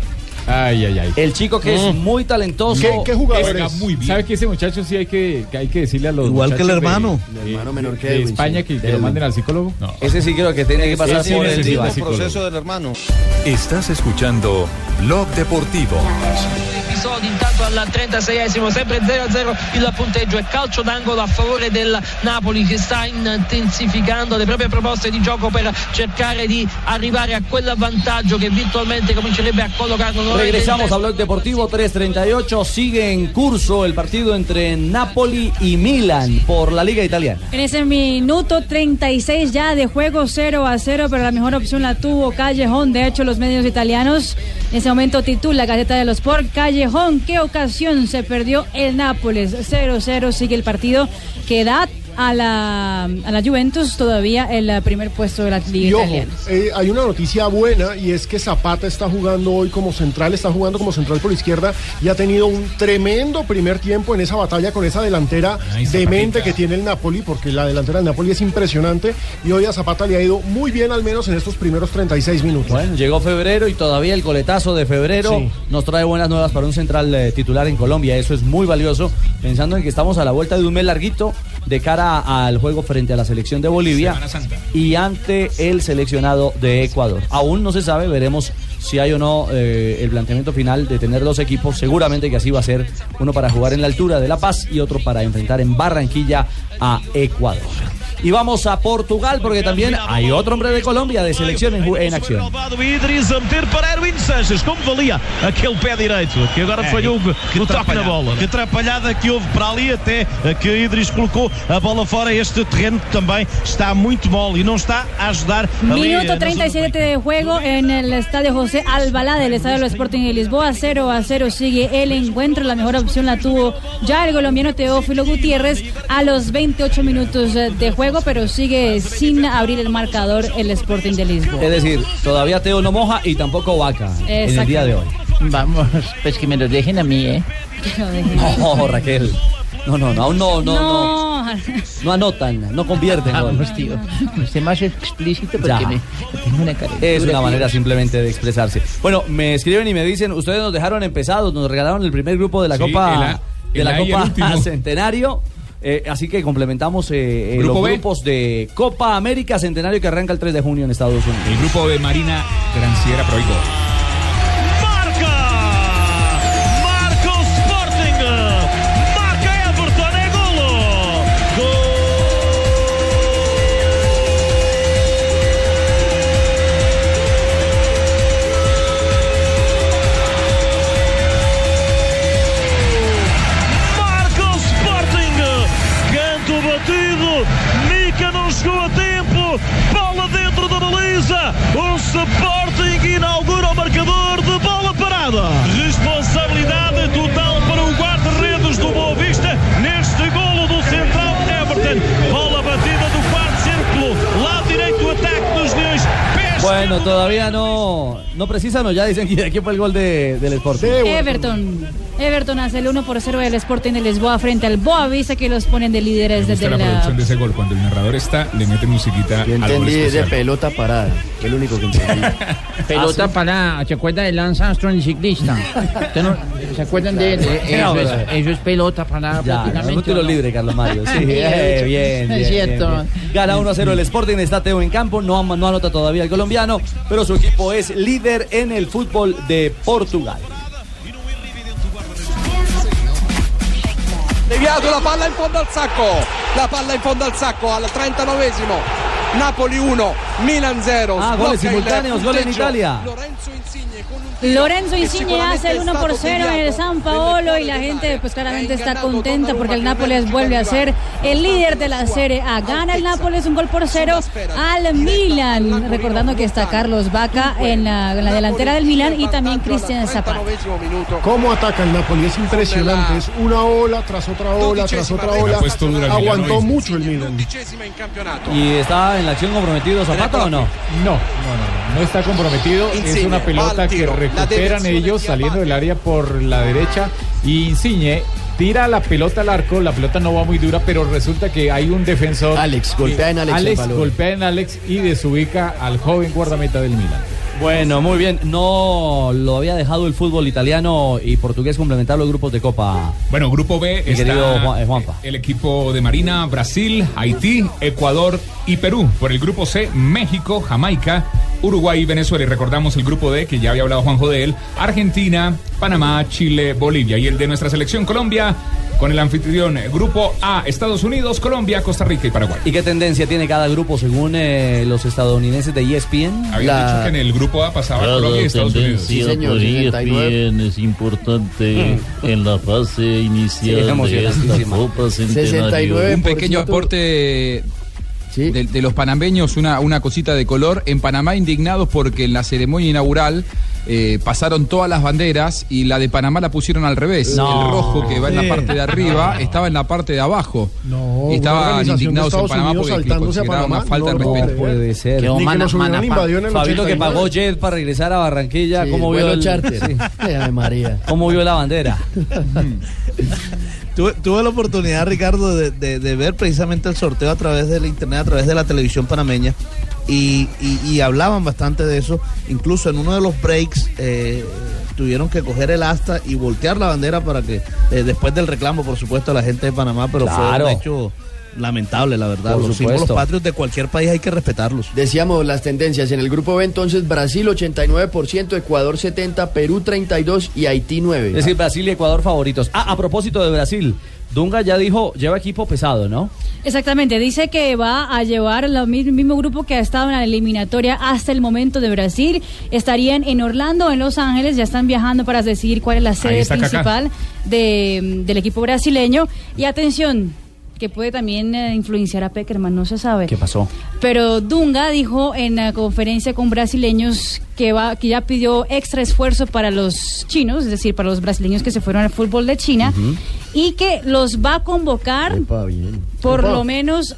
Speaker 9: Ay, ay, ay.
Speaker 7: El chico que es
Speaker 9: Mm.
Speaker 7: muy talentoso.
Speaker 9: Juega muy bien. ¿Sabe que ese muchacho sí hay que, que hay que decirle a los
Speaker 7: Igual que el
Speaker 9: muchachos de-
Speaker 7: hermano.
Speaker 9: de,
Speaker 7: El hermano menor que
Speaker 9: de
Speaker 7: Edwin,
Speaker 9: España
Speaker 7: sí.
Speaker 9: que, que lo
Speaker 7: Edwin.
Speaker 9: manden al psicólogo.
Speaker 7: Ese sí creo que tiene que pasar
Speaker 2: Ese
Speaker 7: por el
Speaker 2: necesita
Speaker 7: diva.
Speaker 2: un proceso
Speaker 17: del hermano.
Speaker 2: Estás escuchando Blog Deportivo.
Speaker 19: episodi intanto al 36esimo sempre 0-0 il punteggio e calcio d'angolo a favore del Napoli che sta intensificando le proprie proposte di gioco per cercare di arrivare a quel vantaggio che virtualmente comincerebbe a collocarlo nuovamente in
Speaker 7: Regresamos a Blog Deportivo 338. Sigue en curso el partido entre Napoli y Milan por la Liga Italiana.
Speaker 10: En ese minuto 36 ya de juego 0 a 0, pero la mejor opción la tuvo Callejón. De hecho, los medios italianos en ese momento titula Gaceta de los Sport, Callejón, qué ocasión se perdió el Nápoles. 0-0 sigue el partido que da a la, a la Juventus todavía el eh, primer puesto de la Liga
Speaker 11: Y ojo,
Speaker 10: Italiana.
Speaker 11: eh, hay una noticia buena y es que Zapata está jugando hoy como central, está jugando como central por izquierda y ha tenido un tremendo primer tiempo en esa batalla con esa delantera
Speaker 9: Ay, Zapatita.
Speaker 11: demente que tiene el Napoli, porque la delantera del Napoli es impresionante y hoy a Zapata le ha ido muy bien al menos en estos primeros 36 minutos.
Speaker 7: Bueno, llegó febrero y todavía el coletazo de febrero
Speaker 11: Sí.
Speaker 7: nos trae buenas nuevas para un central eh, titular en Colombia. Eso es muy valioso, pensando en que estamos a la vuelta de un mes larguito de cara al juego frente a la selección de Bolivia
Speaker 20: Semana Santa.
Speaker 7: y ante el seleccionado de Ecuador. Aún no se sabe, veremos si hay o no eh, el planteamiento final de tener dos equipos. Seguramente que así va a ser uno para jugar en la altura de La Paz y otro para enfrentar en Barranquilla a Ecuador. Y vamos a Portugal porque también hay otro hombre de Colombia de selección en, ju- en acción.
Speaker 21: do Idris a meter para Erwin Sanches. Como valia aquele pé direito que agora
Speaker 24: É,
Speaker 21: falhou
Speaker 24: que
Speaker 21: no toque na
Speaker 24: atrapalhada,
Speaker 21: bola. é?
Speaker 24: Que atrapalhada que houve para ali até eh, que Idris colocou a bola fora. Este terreno que também está muito mole e não está a ajudar ali. eh,
Speaker 10: Minuto
Speaker 24: na
Speaker 10: 37 de juego en el estadio José Albalá del estadio del Sporting de Lisboa. 0 a 0 sigue el encuentro. La mejor opción la tuvo ya el colombiano Teófilo Gutiérrez a los 28 minutos eh, de juego, pero sigue sin abrir el marcador el Sporting de Lisboa.
Speaker 7: Es decir, todavía Teo no moja y tampoco Vaca en el día de hoy.
Speaker 14: Vamos, pues que me los dejen a mí, ¿eh? Oh,
Speaker 7: No, Raquel. No, no, no, aún no, no, no. No anotan, no convierten. gol.
Speaker 14: Vamos, tío. Ah, No sé más explícito porque
Speaker 7: Ya.
Speaker 14: me tengo una cara.
Speaker 7: Es una manera simplemente de expresarse. Bueno, me escriben y me dicen, ustedes nos dejaron empezados, nos regalaron el primer grupo de la
Speaker 14: Sí,
Speaker 7: Copa
Speaker 14: el A-
Speaker 7: de
Speaker 14: el
Speaker 7: la
Speaker 14: A y el
Speaker 7: Copa
Speaker 14: último.
Speaker 7: Centenario. Eh, así que complementamos eh, eh,
Speaker 20: Grupo
Speaker 7: los
Speaker 20: B.
Speaker 7: grupos de Copa América Centenario que arranca el 3 de junio en Estados Unidos.
Speaker 20: El grupo de Marina Granciera Proico.
Speaker 21: Marca o Sporting. Marca Everton. É golo. Gol. Marca o Sporting. Canto batido. Mica não chegou a tempo. Bola dentro da baliza. O Sporting inaugura o marcador de bola parada. Responsabilidade total para o guarda-redes do Boa Vista neste golo do central Everton. Bola batida do quarto círculo. Lado direito, ataque dos Leões. Pés
Speaker 7: Bueno, todavía no, no precisan o ya dicen que aquí fue el gol de, del Sporting.
Speaker 10: Everton. Everton hace el 1 por 0 del Sporting de Lisboa frente al Boavista que los ponen de líderes
Speaker 20: Me gusta
Speaker 10: desde
Speaker 20: la
Speaker 10: la
Speaker 20: producción de ese gol. Cuando el narrador está, le mete musiquita al gol
Speaker 15: Entendí de
Speaker 20: especial.
Speaker 15: pelota parada. Fue el único que entendí.
Speaker 14: Pelota para, ¿se acuerdan de Lance Armstrong, el ciclista? ¿Usted no- ¿Se acuerdan de él?
Speaker 7: Claro.
Speaker 14: Eh, Eso, es, eso es pelota para
Speaker 7: Ya,
Speaker 14: prácticamente.
Speaker 7: un
Speaker 14: ¿no?
Speaker 7: tiro libre, Carlos Mario. Sí,
Speaker 14: Sí,
Speaker 7: eh,
Speaker 14: es
Speaker 7: bien, bien,
Speaker 14: cierto.
Speaker 7: bien, bien. Gana 1 a 0 el Sporting, está Teo en campo, no, ama- no anota todavía el colombiano, pero su equipo es líder en el fútbol de Portugal.
Speaker 23: Deviato la palla in fondo al sacco, la palla in fondo al sacco al 39esimo. Napoli 1, Milan 0.
Speaker 7: Ah, goles simultáneos, gol en Italia.
Speaker 10: Lorenzo Insigne hace el 1 por 0 en el San Paolo y la gente pues claramente está contenta porque el Nápoles vuelve a ser el líder de la Serie A. Gana el Nápoles un gol por cero al Milan, recordando que está Carlos Vaca en la, en la delantera del Milan y también Cristian Zapata.
Speaker 11: ¿Cómo ataca el Napoli? Es impresionante. Es una ola tras otra ola, tras otra ola.
Speaker 20: Ha puesto dura el
Speaker 11: Aguantó
Speaker 20: Milan, ¿no?
Speaker 11: mucho el Milan.
Speaker 7: ¿Y está en la acción comprometido Zapata o no?
Speaker 9: No, no, no, no, no está comprometido. es
Speaker 7: Insigne,
Speaker 9: una
Speaker 7: va
Speaker 9: pelota
Speaker 7: al
Speaker 9: que
Speaker 7: tiro. La
Speaker 9: recuperan
Speaker 7: defensiva
Speaker 9: ellos saliendo del área por la derecha y Insigne tira la pelota al arco, la pelota no va muy dura, pero resulta que hay un defensor. Alex,
Speaker 15: golpea en Alex el
Speaker 9: Alex,
Speaker 15: balón.
Speaker 9: golpea en Alex y desubica al joven guardameta del Milan.
Speaker 7: Bueno, muy bien. No lo había dejado el fútbol italiano y portugués complementar los grupos de Copa.
Speaker 20: Bueno, grupo B
Speaker 7: Mi
Speaker 20: está
Speaker 7: querido Juan- eh, Juanpa.
Speaker 20: el equipo de Marina, Brasil, Haití, Ecuador y Perú. Por el grupo C, México, Jamaica, Uruguay y Venezuela. Y recordamos el grupo D, que ya había hablado Juanjo de él, Argentina, Panamá, Chile, Bolivia. Y el de nuestra selección Colombia, con el anfitrión eh, grupo A, Estados Unidos, Colombia, Costa Rica y Paraguay.
Speaker 7: ¿Y qué tendencia tiene cada grupo según eh, los estadounidenses de E ESPN?
Speaker 20: Habían dicho que en el grupo A pasaba Colombia y Estados Unidos.
Speaker 4: tendencia por ESPN es importante en la fase
Speaker 12: Sí,
Speaker 4: inicial
Speaker 12: estamos
Speaker 4: de esta
Speaker 12: emocionantísima.
Speaker 4: Copa Centenario.
Speaker 12: Un pequeño aporte de, de los panameños, una, una cosita de color. En Panamá indignados porque en la ceremonia inaugural eh, pasaron todas las banderas y la de Panamá la pusieron al revés.
Speaker 8: No.
Speaker 12: El rojo que va en
Speaker 8: Sí.
Speaker 12: la parte de arriba estaba en la parte de abajo.
Speaker 11: una
Speaker 12: y estaban
Speaker 11: organización de
Speaker 12: indignados en
Speaker 11: Estados
Speaker 12: Panamá
Speaker 11: Unidos
Speaker 12: porque
Speaker 11: saltándose a
Speaker 12: consideraban
Speaker 11: Panamá,
Speaker 12: una falta de
Speaker 11: no,
Speaker 12: respeto.
Speaker 11: no puede ser. Quedó Ni que mana- los hubieran mana- invadido en el
Speaker 7: Fabito que
Speaker 11: 89.
Speaker 7: pagó Jet para regresar a Barranquilla,
Speaker 15: Sí,
Speaker 7: ¿cómo vio
Speaker 15: vuelo
Speaker 7: el
Speaker 15: charter.
Speaker 7: sí.
Speaker 15: Ay, María.
Speaker 7: ¿Cómo vio la bandera?
Speaker 17: Tuve, tuve la oportunidad, Ricardo, de, de- de ver precisamente el sorteo a través del internet, a través de la televisión panameña, y, y- y hablaban bastante de eso. Incluso en uno de los breaks eh, tuvieron que coger el asta y voltear la bandera para que, eh, después del reclamo, por supuesto, a la gente de Panamá, pero
Speaker 15: Claro.
Speaker 17: fue un hecho lamentable, la verdad.
Speaker 15: Por
Speaker 17: los símbolos
Speaker 15: supuesto.
Speaker 17: patrios de cualquier país hay que respetarlos.
Speaker 15: Decíamos las tendencias. En el grupo B entonces Brasil 89%, Ecuador 70%, Perú 32% y Haití 9%.
Speaker 7: Es decir, Brasil y Ecuador favoritos. Ah, a propósito de Brasil, Dunga ya dijo, lleva equipo pesado, ¿no?
Speaker 10: Exactamente, dice que va a llevar el mismo grupo que ha estado en la eliminatoria hasta el momento de Brasil. Estarían en Orlando, en Los Ángeles, ya están viajando para decidir cuál es la sede
Speaker 22: está Kaká.
Speaker 10: principal de- del equipo brasileño. Y atención, que puede también eh, influenciar a Peckerman, no se sabe.
Speaker 7: ¿Qué pasó?
Speaker 10: Pero Dunga dijo en la conferencia con brasileños que, va, que ya pidió extra esfuerzo para los chinos, es decir, para los brasileños que se fueron al fútbol de China, y que los va a convocar por lo menos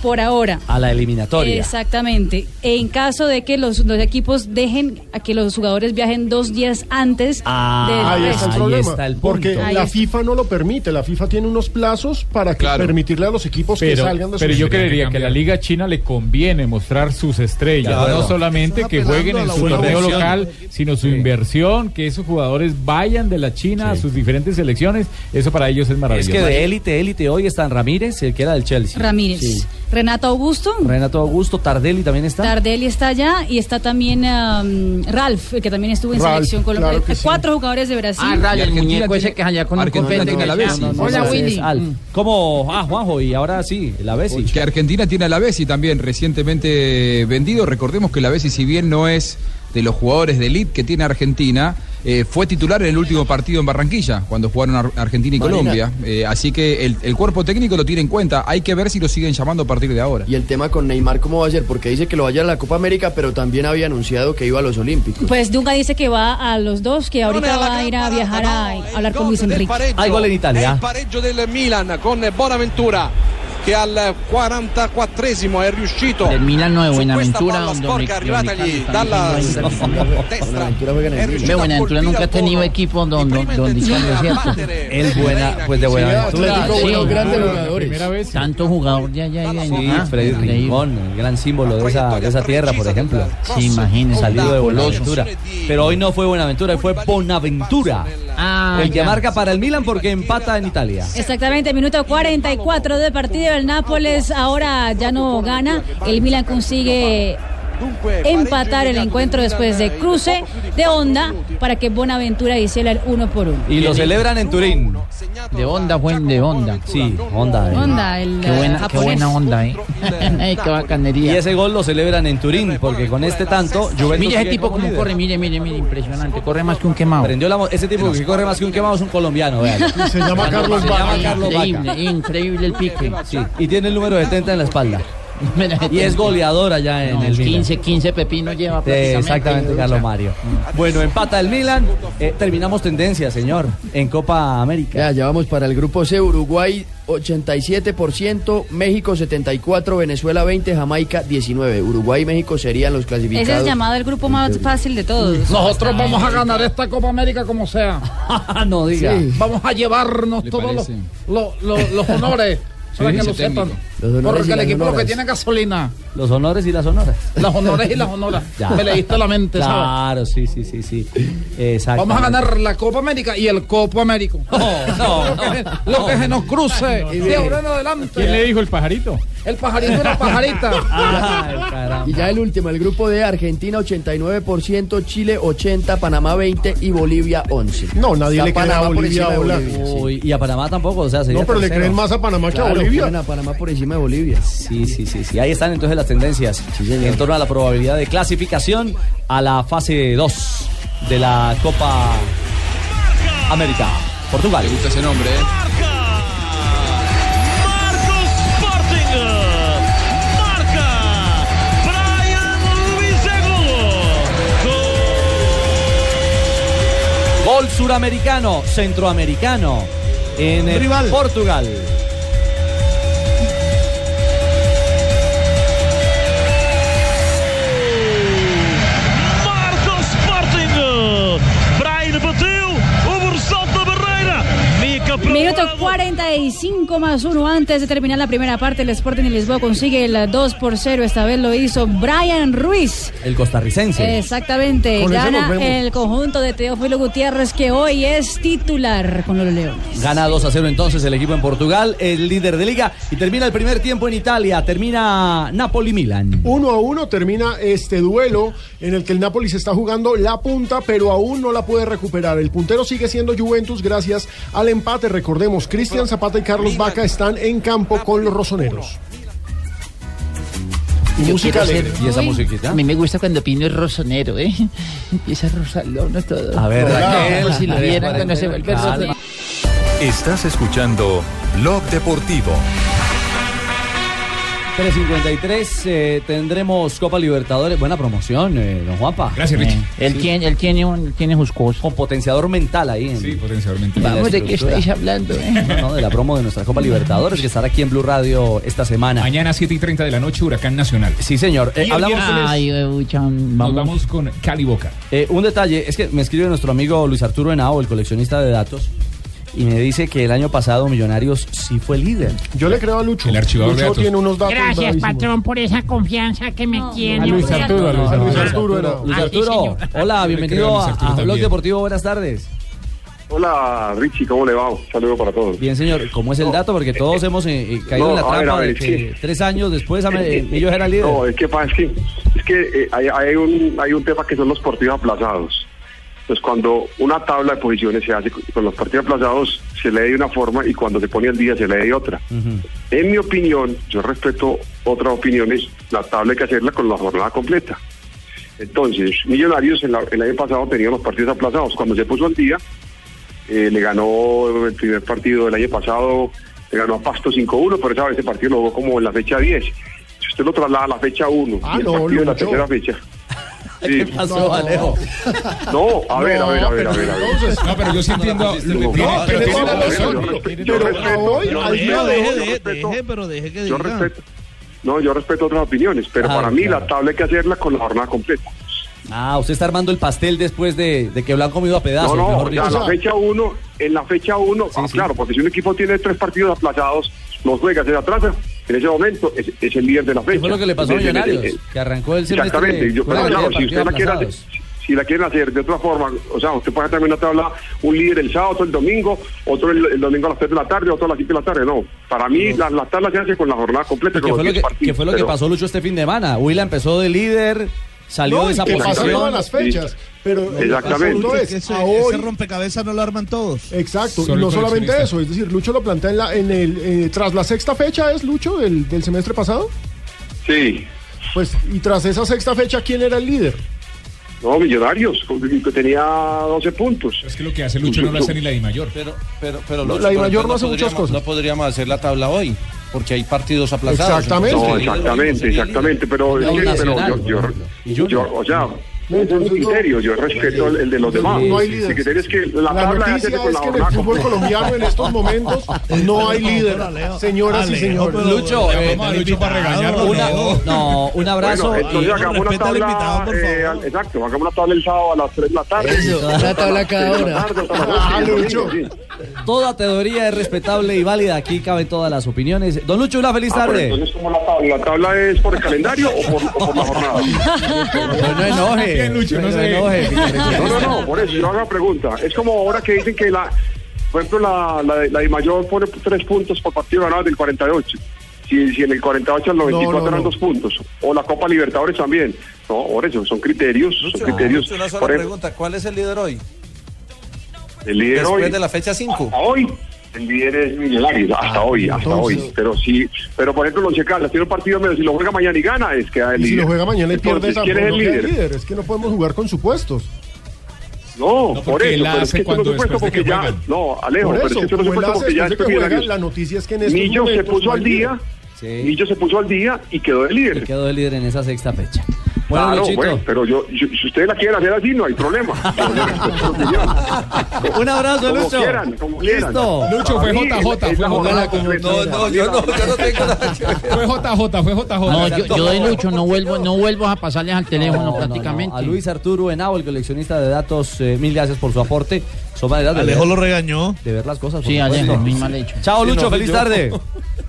Speaker 10: por ahora.
Speaker 7: A la eliminatoria.
Speaker 10: Exactamente. En caso de que los, los equipos dejen a que los jugadores viajen dos días antes
Speaker 7: Ah,
Speaker 10: del
Speaker 11: Ahí está el
Speaker 10: resto.
Speaker 11: problema.
Speaker 7: punto.
Speaker 11: Porque
Speaker 10: Ahí
Speaker 11: la
Speaker 10: está.
Speaker 11: FIFA no lo permite. La FIFA tiene unos plazos para que- permitirle a los equipos que
Speaker 9: Pero,
Speaker 11: salgan de
Speaker 9: pero
Speaker 11: sus-
Speaker 9: yo creería que a la Liga China le conviene mostrar sus estrellas,
Speaker 11: Claro.
Speaker 9: no solamente que jueguen en
Speaker 11: la
Speaker 9: su
Speaker 11: buena
Speaker 9: torneo
Speaker 11: versión.
Speaker 9: local, sino su inversión, que esos jugadores vayan de la China a sus diferentes selecciones, eso para ellos es
Speaker 7: Es
Speaker 9: maravilloso.
Speaker 7: que de élite, élite hoy están Ramírez, el que era del Chelsea.
Speaker 10: Ramírez.
Speaker 7: Sí.
Speaker 10: Renato Augusto.
Speaker 7: Renato Augusto, Tardelli también está.
Speaker 10: Tardelli está allá y está también um, Ralf, el que también estuvo en
Speaker 7: Ralf,
Speaker 10: selección colombiana.
Speaker 7: claro que sí.
Speaker 10: Cuatro jugadores de Brasil.
Speaker 14: Ah, Ralf, el muñeco ese que es allá con un
Speaker 12: Argentina
Speaker 14: copete.
Speaker 12: tiene a la Bessi.
Speaker 14: Ah, no, no, Hola,
Speaker 12: ese es
Speaker 14: Willy.
Speaker 12: Al.
Speaker 7: Como, ah, Juanjo, y ahora sí, la Bessi.
Speaker 12: Que Argentina tiene a la Bessi también recientemente vendido. Recordemos que la Bessi, si bien no es de los jugadores de elite que tiene Argentina, eh, fue titular en el último partido en Barranquilla, cuando jugaron Ar- Argentina y
Speaker 15: Marina.
Speaker 12: Colombia. Eh, así que el, el cuerpo técnico lo tiene en cuenta. Hay que ver si lo siguen llamando a partir de ahora.
Speaker 15: Y el tema con Neymar, ¿cómo va a ser? Porque dice que lo va a llevar a la Copa América, pero también había anunciado que iba a los Olímpicos.
Speaker 10: Pues Dunga dice que va a los dos, que ahorita va a ir a viajar a hablar con Luis Enrique.
Speaker 7: Hay gol en
Speaker 23: È
Speaker 7: Italia.
Speaker 23: il pareggio del Milan con Bonaventura che al 44esimo è riuscito
Speaker 14: Del Milan no de Buenaventura,
Speaker 23: palla
Speaker 14: donde
Speaker 23: sporca
Speaker 14: mi-
Speaker 23: arrivata
Speaker 14: donde mi
Speaker 23: gli
Speaker 14: Carlos
Speaker 23: dalla
Speaker 14: Carlos
Speaker 23: destra
Speaker 14: Ve, Buenaventura nunca ha tenido equipo donde, donde Carlos Cierto.
Speaker 7: El buena, pues de Buenaventura.
Speaker 14: Atlético, bueno, grandes
Speaker 7: jugadores.
Speaker 14: Tanto jugador de allá y de
Speaker 7: Sí,
Speaker 14: allá.
Speaker 7: Freddy Rincón, el gran símbolo de esa, de esa tierra, por ejemplo.
Speaker 14: Sí, imagínese.
Speaker 7: Salido de
Speaker 14: Golazo.
Speaker 7: Buenaventura. Pero hoy no fue Buenaventura, hoy fue Bonaventura.
Speaker 14: Ah,
Speaker 7: el que
Speaker 14: ya.
Speaker 7: marca para el Milan porque empata en Italia.
Speaker 10: Exactamente, minuto 44 de partido. El Nápoles ahora ya no gana. El Milan consigue empatar el encuentro después de cruce de onda para que Bonaventura hiciera el uno por uno.
Speaker 7: Y lo celebran en Turín.
Speaker 14: De onda fue de onda.
Speaker 7: Sí, onda. eh.
Speaker 10: Onda, el
Speaker 14: Qué
Speaker 10: eh,
Speaker 14: buena, qué
Speaker 10: japonés.
Speaker 14: buena onda, ¿eh? Ey, qué
Speaker 7: Y
Speaker 14: bacanería.
Speaker 7: ese gol lo celebran en Turín porque con este tanto Juventus
Speaker 14: Mire ese
Speaker 7: sigue
Speaker 14: tipo
Speaker 7: como
Speaker 14: como
Speaker 7: líder.
Speaker 14: corre, mire, mire, mire, impresionante. Corre más que un quemado.
Speaker 7: Prendió la mo- ese tipo que corre más que un quemado es un colombiano, vean.
Speaker 14: Se llama Carlos
Speaker 7: Se
Speaker 14: Vaca.
Speaker 7: llama Carlos Vaca.
Speaker 14: Increíble, increíble el pique.
Speaker 7: Sí, y tiene el número 70 en la espalda. Y es goleador allá en el Milan.
Speaker 14: 15, 15 pepino lleva
Speaker 7: Eh,
Speaker 14: prácticamente.
Speaker 7: Exactamente, Carlos Mario. Bueno, empata el Milan. Eh, terminamos tendencia, señor, en Copa América.
Speaker 15: Ya, ya vamos para el grupo C, Uruguay 87%, México 74%, Venezuela 20%, Jamaica 19%. Uruguay y México serían los clasificados.
Speaker 10: Ese es llamado el grupo más fácil de todos.
Speaker 14: Nosotros vamos a ganar esta Copa América como sea.
Speaker 7: no
Speaker 15: diga. Sí.
Speaker 14: Vamos a llevarnos todos los, lo- lo- los honores para
Speaker 7: Sí,
Speaker 14: que
Speaker 7: ese
Speaker 14: lo sepan.
Speaker 7: técnico. Los honores y
Speaker 14: Porque el
Speaker 7: las
Speaker 14: equipo lo que
Speaker 7: honoras.
Speaker 14: tiene es gasolina.
Speaker 7: Los honores y las honoras.
Speaker 14: Las honores y las honoras.
Speaker 7: Ya.
Speaker 14: Me leíste la mente, ¿sabes?
Speaker 7: Claro, sí, sí, sí, sí. Exacto.
Speaker 14: Vamos a ganar la Copa América y el Copa América.
Speaker 7: no,
Speaker 14: lo, que, lo que se nos cruce de ahora en adelante.
Speaker 9: ¿Quién le dijo el pajarito?
Speaker 14: El pajarito y la pajarita.
Speaker 7: Ah,
Speaker 15: Y ya el último, el grupo de Argentina 89%, Chile 80%, Panamá 20% y Bolivia 11%.
Speaker 11: No, nadie
Speaker 15: Está
Speaker 11: le cree a
Speaker 15: Panamá por
Speaker 11: Bolivia, Oh.
Speaker 15: encima de
Speaker 11: hola.
Speaker 15: Bolivia, sí.
Speaker 7: Uy, y a Panamá tampoco, o sea, sería
Speaker 11: No, pero le
Speaker 7: tercero.
Speaker 11: creen más a Panamá que a
Speaker 7: Claro,
Speaker 11: Bolivia.
Speaker 15: Ponen a Panamá por encima de Bolivia.
Speaker 7: Sí, sí, sí, sí. Ahí están entonces las tendencias en torno a la probabilidad de clasificación a la fase 2 de la Copa América. Portugal.
Speaker 12: gusta ese nombre,
Speaker 14: ¿eh?
Speaker 21: Sporting marca Brian Luis é golo.
Speaker 7: Gol suramericano, centroamericano en eh, Portugal.
Speaker 21: Marca o Sporting. Brian bateu, o sobressalto da barreira. Mica para o
Speaker 10: Minuto
Speaker 21: lado.
Speaker 10: 45 más uno antes de terminar la primera parte. El Sporting de Lisboa consigue el 2 por 0. Esta vez lo hizo Brian Ruiz.
Speaker 7: El costarricense.
Speaker 10: Exactamente.
Speaker 7: Con eso nos
Speaker 10: Gana
Speaker 7: vemos.
Speaker 10: el conjunto de Teófilo Gutiérrez que hoy es titular con los Leones.
Speaker 7: Gana 2 a 0 entonces el equipo en Portugal, el líder de liga. Y termina el primer tiempo en Italia. Termina Napoli-Milan.
Speaker 11: Uno a uno termina este duelo en el que el Napoli se está jugando la punta, pero aún no la puede recuperar. El puntero sigue siendo Juventus gracias al empate. Recordemos, Cristian Zapata y Carlos Vaca están en campo con los rosoneros.
Speaker 14: Y yo
Speaker 11: Música
Speaker 14: quiero ser-
Speaker 11: alegre. ¿Y esa musiquita?
Speaker 14: A mí me gusta cuando Pino es rosonero, ¿eh? Empieza Rosalón, no todo.
Speaker 2: A ver, Raquel,
Speaker 14: Como si lo
Speaker 2: a ver,
Speaker 14: vieran cuando se vuelve
Speaker 2: calma.
Speaker 14: rosonero.
Speaker 2: Estás escuchando Blog Deportivo.
Speaker 7: 3.53, eh, tendremos Copa Libertadores. Buena promoción, eh, don Juanpa.
Speaker 20: Gracias, Richie. Él
Speaker 7: tiene, él tiene, un, tiene sus cosas. Con potenciador mental ahí. En,
Speaker 20: sí, potenciador mental.
Speaker 14: Vamos, ¿de qué estáis hablando? eh?
Speaker 7: No, no, de la promo de nuestra Copa Libertadores que estará aquí en Blue Radio esta semana.
Speaker 20: Mañana 7 y 30 de la noche, Huracán Nacional.
Speaker 7: Sí, señor. Eh,
Speaker 20: Y el
Speaker 7: hablamos
Speaker 20: miércoles-
Speaker 14: Ay, eh, chan,
Speaker 20: Nos
Speaker 14: vamos.
Speaker 20: vamos con Cali Boca.
Speaker 7: Eh, un detalle, es que me escribe nuestro amigo Luis Arturo Henao, el coleccionista de datos, y me dice que el año pasado Millonarios sí fue líder.
Speaker 11: Yo le creo a Lucho.
Speaker 7: El archivador
Speaker 11: Lucho tiene unos datos
Speaker 13: Gracias,
Speaker 11: bravísimos.
Speaker 13: patrón, por esa confianza que me tiene. Pues, hombre.
Speaker 11: a Luis Arturo
Speaker 7: Henao. Luis
Speaker 13: Ah, sí,
Speaker 7: Arturo,
Speaker 13: señor.
Speaker 7: hola,
Speaker 13: Yo le
Speaker 7: bienvenido
Speaker 13: creo a Luis
Speaker 7: a,
Speaker 13: Arturo
Speaker 7: a Blog
Speaker 13: también.
Speaker 7: Deportivo, buenas tardes.
Speaker 3: Hola Richie, ¿cómo le va? Un saludo para todos.
Speaker 7: Bien, señor, ¿cómo es el dato? Porque todos hemos eh, eh, caído
Speaker 3: no,
Speaker 7: en la
Speaker 3: a ver,
Speaker 7: trampa
Speaker 3: a ver,
Speaker 7: de que
Speaker 3: sí.
Speaker 7: tres años después Ame- eh, Millos era líder.
Speaker 3: No, es que pasa, es que, es que eh, hay, hay un, hay un tema que son los partidos aplazados. Pues cuando una tabla de posiciones se hace con con los partidos aplazados, se lee de una forma y cuando se pone al día se lee de otra. En mi opinión, yo respeto otras opiniones, la tabla hay que hacerla con la jornada completa. Entonces, Millonarios en la- el año pasado tenía los partidos aplazados. Cuando se puso al día, eh, le ganó el primer partido del año pasado, le ganó a Pasto 5-1, pero esa vez ese partido lo jugó como en la fecha 10. Si usted lo traslada a la fecha 1
Speaker 11: Ah,
Speaker 3: y el
Speaker 11: no,
Speaker 3: partido en la
Speaker 11: Lucho.
Speaker 3: tercera fecha. Sí.
Speaker 11: No.
Speaker 3: No, a ver, a ver, a ver, a ver. a ver.
Speaker 20: No, pero yo sí entiendo. lo que tiene-
Speaker 3: No,
Speaker 20: pero
Speaker 3: pero
Speaker 20: tiene
Speaker 3: no,
Speaker 20: razón.
Speaker 3: no, no, Yo respeto, yo respeto, yo respeto. Yo respeto. No, yo respeto otras opiniones, pero
Speaker 7: Ah,
Speaker 3: para mí
Speaker 7: claro.
Speaker 3: la tabla hay que hacerla con la jornada completa.
Speaker 7: Ah, usted está armando el pastel después de, de que lo han comido a pedazos,
Speaker 3: No, no,
Speaker 7: mejor
Speaker 3: o sea,
Speaker 7: dicho.
Speaker 3: la fecha 1, en la fecha 1, claro, porque si un equipo tiene tres partidos aplazados, los juega, se atrasa, en ese momento es, es el líder de la fecha.
Speaker 7: ¿Qué fue lo que le pasó a
Speaker 3: Entonces,
Speaker 7: Millonarios?
Speaker 3: eh,
Speaker 7: Que arrancó el semestre
Speaker 3: Exactamente, yo,
Speaker 7: con una
Speaker 3: pero claro, si
Speaker 7: cantidad de
Speaker 3: usted la
Speaker 7: partidos
Speaker 3: quiere hacer,
Speaker 7: aplazados.
Speaker 3: si la quieren hacer de otra forma, o sea, usted puede también una tabla, un líder el sábado, otro el domingo, otro el, el domingo a las 3 de la tarde, otro a las 5 de la tarde, no. Para mí, las la tablas se hacen con la jornada completa, con
Speaker 7: ¿Qué
Speaker 3: los
Speaker 7: fue, lo
Speaker 3: 10
Speaker 7: que,
Speaker 3: partidos.
Speaker 7: qué fue lo que
Speaker 3: pero-
Speaker 7: pasó Lucho este fin de semana? Huila empezó de líder, salió
Speaker 11: No,
Speaker 7: de
Speaker 11: y
Speaker 7: esa
Speaker 11: que pasaron
Speaker 7: posición.
Speaker 11: todas Pues las fechas. Pero lo que
Speaker 7: Exactamente.
Speaker 11: pasa, Lucho, es
Speaker 7: Que ese-
Speaker 11: a hoy-
Speaker 17: Ese rompecabezas no lo arman todos.
Speaker 11: Exacto,
Speaker 17: Solo
Speaker 11: y no
Speaker 17: el
Speaker 11: solamente
Speaker 17: coleccionista.
Speaker 11: eso, es decir, Lucho lo plantea en la, en el, eh, tras la sexta fecha, ¿es Lucho del, del semestre pasado?
Speaker 3: Sí,
Speaker 11: Pues, y tras esa sexta fecha, ¿quién era el líder?
Speaker 3: no, Millonarios, que tenía 12 puntos.
Speaker 20: Es que lo que hace Lucho no lo hace ni la Di Mayor.
Speaker 17: Pero, pero, pero
Speaker 3: No,
Speaker 17: Lucho,
Speaker 3: la
Speaker 17: pero
Speaker 3: Dimayor
Speaker 17: entonces
Speaker 3: no hace muchas
Speaker 17: podríamos-
Speaker 3: cosas.
Speaker 17: No podríamos hacer la tabla hoy, porque hay partidos aplazados.
Speaker 3: No,
Speaker 17: Entonces,
Speaker 3: exactamente, exactamente. Pero, es que- pero yo, yo- yo- o sea, es un criterio, yo respeto el, el de los demás.
Speaker 11: No hay
Speaker 3: El
Speaker 11: líderes.
Speaker 3: criterio es que la,
Speaker 11: La
Speaker 3: tabla
Speaker 11: noticia
Speaker 3: se hace con
Speaker 11: es
Speaker 3: la pues.
Speaker 11: que en el
Speaker 3: jornada
Speaker 11: fútbol
Speaker 3: completa.
Speaker 11: colombiano en estos momentos no hay líder,
Speaker 3: Ah,
Speaker 11: señoras y señores.
Speaker 7: Lucho, eh, una- no, un abrazo.
Speaker 3: Bueno,
Speaker 7: y-
Speaker 3: entonces hagamos una tabla. eh, al- exacto, hagamos una tabla el sábado a las 3 de la tarde. Ah,
Speaker 7: una tabla cada
Speaker 3: Hasta
Speaker 7: hora.
Speaker 3: las 3 de la tarde,
Speaker 11: Ah,
Speaker 3: hasta las 12, sí.
Speaker 7: Toda teoría es respetable y válida. Aquí caben todas las opiniones. Don Lucho, una feliz
Speaker 3: Ah, pero
Speaker 7: tarde.
Speaker 3: entonces, ¿cómo la tabla? ¿La tabla es por el calendario o por, o por la jornada?
Speaker 7: No, no enoje. Bien, Lucho, no No se- enoje.
Speaker 3: No, no, no, por eso yo hago la pregunta. Es como ahora que dicen que la, por ejemplo, la, la, la de mayor pone tres puntos por partido ganado del 48. Si, si en el 48 al 94
Speaker 11: no,
Speaker 3: eran
Speaker 11: no.
Speaker 3: dos puntos. O la Copa Libertadores también. No, por eso son criterios, son criterios.
Speaker 17: Lucho, una sola
Speaker 3: Por ejemplo,
Speaker 17: pregunta, ¿cuál es el líder hoy?
Speaker 3: el líder
Speaker 17: Después
Speaker 3: hoy,
Speaker 17: de la fecha 5.
Speaker 3: hasta hoy, el líder es Millonarios, hasta
Speaker 11: Ah,
Speaker 3: hoy, hasta hoy. Pero sí, pero por ejemplo, los Caldas tiene un partido menos, si lo juega mañana y gana, es que el
Speaker 11: Y
Speaker 3: líder.
Speaker 11: si lo juega mañana y pierde,
Speaker 3: Entonces, ¿quién es
Speaker 11: tampoco
Speaker 3: el
Speaker 11: queda
Speaker 3: líder?
Speaker 11: líder. Es que no podemos jugar con supuestos.
Speaker 3: No,
Speaker 11: No,
Speaker 3: por
Speaker 11: porque
Speaker 3: eso,
Speaker 11: la
Speaker 3: pero es
Speaker 11: hace
Speaker 3: que esto no
Speaker 11: cuando
Speaker 3: se
Speaker 11: después
Speaker 3: puesto
Speaker 11: de
Speaker 3: porque
Speaker 11: que
Speaker 3: ya,
Speaker 11: juegan.
Speaker 3: no, Alejo,
Speaker 11: Por
Speaker 3: pero es
Speaker 11: eso,
Speaker 3: que esto no se
Speaker 11: como él
Speaker 3: puesto
Speaker 11: hace
Speaker 3: porque
Speaker 11: después
Speaker 3: ya
Speaker 11: de
Speaker 3: estos
Speaker 11: que juegan,
Speaker 3: millonarios.
Speaker 11: la noticia es que en estos
Speaker 3: Millo se
Speaker 11: momentos
Speaker 3: puso
Speaker 11: no
Speaker 3: al
Speaker 11: hay
Speaker 3: día, Millo se puso al día y quedó de líder.
Speaker 7: Y quedó de líder en esa sexta fecha. Bueno,
Speaker 3: Claro,
Speaker 7: Luchito.
Speaker 3: bueno, pero yo, yo- si ustedes la quieren hacer así, no hay problema. Pero yo respeto su opinión.
Speaker 7: Un abrazo,
Speaker 3: Como
Speaker 7: Lucho.
Speaker 3: quieran, como quieran.
Speaker 7: Listo.
Speaker 20: Lucho,
Speaker 3: Para
Speaker 20: fue
Speaker 3: mí,
Speaker 20: JJ,
Speaker 3: es
Speaker 20: fue
Speaker 3: la jornada completa.
Speaker 20: JJ. Fue JJ, fue JJ.
Speaker 14: No, yo, yo de Lucho no vuelvo, no vuelvo a pasarles al teléfono prácticamente.
Speaker 7: A Luis Arturo Henao, el coleccionista de datos, eh, mil gracias por su aporte. Son maneras de
Speaker 14: Alejo
Speaker 7: ver-
Speaker 14: lo
Speaker 17: regañó.
Speaker 7: De ver las cosas. por
Speaker 14: Sí, Alejo,
Speaker 7: supuesto.
Speaker 14: muy mal hecho.
Speaker 7: Chao,
Speaker 14: Sí,
Speaker 7: Lucho,
Speaker 14: no,
Speaker 7: feliz
Speaker 14: yo-
Speaker 7: tarde.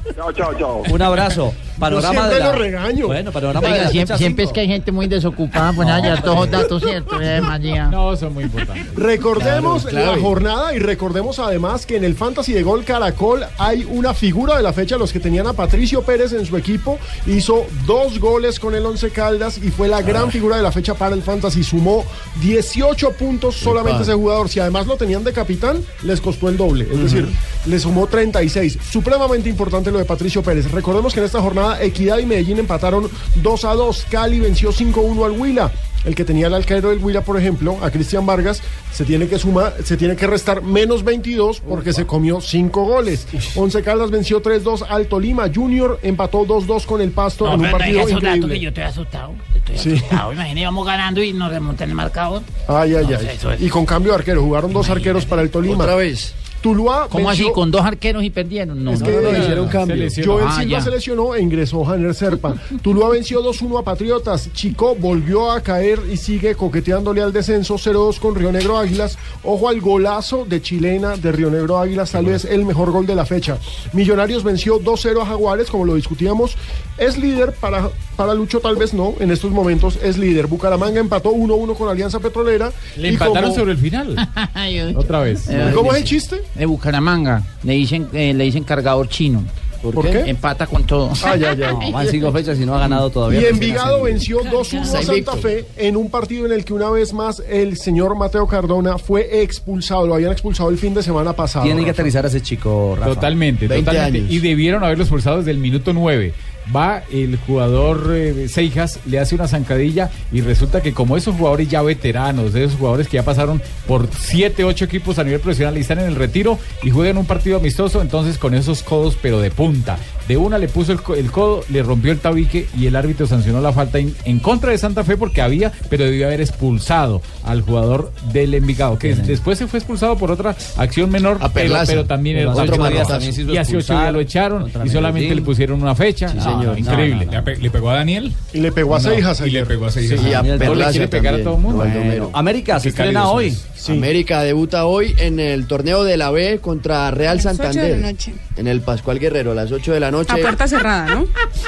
Speaker 3: Chao, chao, chao.
Speaker 7: Un abrazo. Panorama
Speaker 11: siempre
Speaker 7: de la...
Speaker 11: lo regaño.
Speaker 7: Bueno, panorama
Speaker 14: Oiga,
Speaker 7: de la
Speaker 14: siempre,
Speaker 7: fecha
Speaker 14: siempre es que hay gente muy desocupada, pues nada, ya todos los datos, ¿cierto? Eh, María.
Speaker 9: No, son muy importantes.
Speaker 11: Recordemos
Speaker 14: Claro, claro.
Speaker 11: la jornada y recordemos además que en el Fantasy de Gol Caracol hay una figura de la fecha. Los que tenían a Patricio Pérez en su equipo hizo dos goles con el Once Caldas y fue la gran figura de la fecha para el Fantasy. Sumó 18 puntos solamente ese jugador. Si además lo tenían de capitán, les costó el doble. Es decir, le sumó 36. Supremamente importante lo de Patricio Pérez. Recordemos que en esta jornada Equidad y Medellín empataron 2 a 2. Cali venció 5 1 al Huila. el que tenía el alcaero del Huila, por ejemplo, a Cristian Vargas, se tiene que sumar, se tiene que restar menos 22 porque se comió 5 goles. Once Caldas venció 3-2 al Tolima. Junior empató 2-2 con el Pasto
Speaker 13: No,
Speaker 11: en un
Speaker 13: pero no
Speaker 11: partido
Speaker 13: digas esos datos
Speaker 11: increíble.
Speaker 13: que yo estoy asustado. Estoy
Speaker 11: Sí.
Speaker 13: asustado. Imagínate, íbamos ganando y nos remontan el marcador.
Speaker 11: Ay, ay,
Speaker 13: No,
Speaker 11: ay.
Speaker 13: eso es-
Speaker 11: Y con cambio de arquero, jugaron dos arqueros para el Tolima.
Speaker 13: Otra
Speaker 11: vez. Tuluá
Speaker 13: ¿Cómo
Speaker 11: venció-
Speaker 13: así? Con dos arqueros y perdieron. No,
Speaker 11: es
Speaker 13: no,
Speaker 11: que
Speaker 13: no, no, no,
Speaker 11: hicieron
Speaker 13: no.
Speaker 11: cambio. Joel
Speaker 13: Ah,
Speaker 11: Silva
Speaker 13: ya.
Speaker 11: se lesionó e ingresó Hanner Serpa. Tuluá venció 2-1 a Patriotas. Chico volvió a caer y sigue coqueteándole al descenso 0-2 con Río Negro Águilas. Ojo al golazo de chilena de Río Negro Águilas, tal vez el mejor gol de la fecha. Millonarios venció 2-0 a Jaguares, como lo discutíamos. Es líder para, para Lucho, tal vez no, en estos momentos es líder. Bucaramanga empató 1-1 con Alianza Petrolera.
Speaker 9: Le
Speaker 11: Y
Speaker 9: empataron
Speaker 11: como-
Speaker 9: sobre el final.
Speaker 14: Ah,
Speaker 9: Otra vez.
Speaker 11: ¿Y cómo es el chiste?
Speaker 14: eh, De Bucaramanga. Le dicen, eh, le dicen cargador chino. ¿Por,
Speaker 11: qué?
Speaker 14: Empata con todo.
Speaker 11: Ah, ya, ya.
Speaker 7: No, van cinco fechas y no ha ganado todavía. pues,
Speaker 11: Y
Speaker 7: Recién
Speaker 11: Envigado
Speaker 7: ascendido.
Speaker 11: venció 2-1 a Santa Fe en un partido en el que una vez más el señor Mateo Cardona fue expulsado. Lo habían expulsado el fin de semana pasado.
Speaker 9: Tienen que
Speaker 11: Rafa.
Speaker 9: aterrizar
Speaker 7: a ese chico,
Speaker 11: Rafa.
Speaker 9: Totalmente,
Speaker 11: 20
Speaker 9: totalmente.
Speaker 11: años.
Speaker 9: Y debieron haberlo expulsado desde el minuto 9. Va el jugador eh, Seijas, le hace una zancadilla y resulta que como esos jugadores ya veteranos, de esos jugadores que ya pasaron por 7, 8 equipos a nivel profesional y están en el retiro y juegan un partido amistoso, entonces con esos codos pero de punta. De una le puso el, co- el codo, le rompió el tabique y el árbitro sancionó la falta en, en contra de Santa Fe porque había, pero debió haber expulsado al jugador del Envigado, que después se fue expulsado por otra acción menor, pero,
Speaker 17: Perlaza.
Speaker 9: pero también era
Speaker 17: Perlaza.
Speaker 9: ocho
Speaker 17: Otro
Speaker 9: días.
Speaker 17: Perlaza. También se hizo
Speaker 9: Y hace ocho
Speaker 17: expulsar
Speaker 9: días lo echaron
Speaker 17: contra
Speaker 9: y solamente
Speaker 17: Medellín.
Speaker 9: le pusieron una fecha.
Speaker 17: Sí,
Speaker 9: No,
Speaker 17: señor.
Speaker 9: increíble.
Speaker 17: No,
Speaker 20: Ah, Le ape- Le pegó a Daniel.
Speaker 11: Y le pegó a
Speaker 20: No,
Speaker 11: Seijas
Speaker 20: Y le pegó a Seijas.
Speaker 15: Sí, y a
Speaker 20: No, le quiere
Speaker 15: Perlaza
Speaker 20: pegar a
Speaker 15: también.
Speaker 20: todo el mundo.
Speaker 15: Bueno,
Speaker 20: Bueno.
Speaker 7: América
Speaker 15: se
Speaker 20: estrena cálidos hoy. son.
Speaker 15: América debuta hoy en el torneo de la B contra Real
Speaker 5: A las ocho de
Speaker 15: Santander.
Speaker 5: la noche.
Speaker 15: En el Pascual Guerrero, a las 8 de la noche.
Speaker 5: A puerta cerrada, ¿no?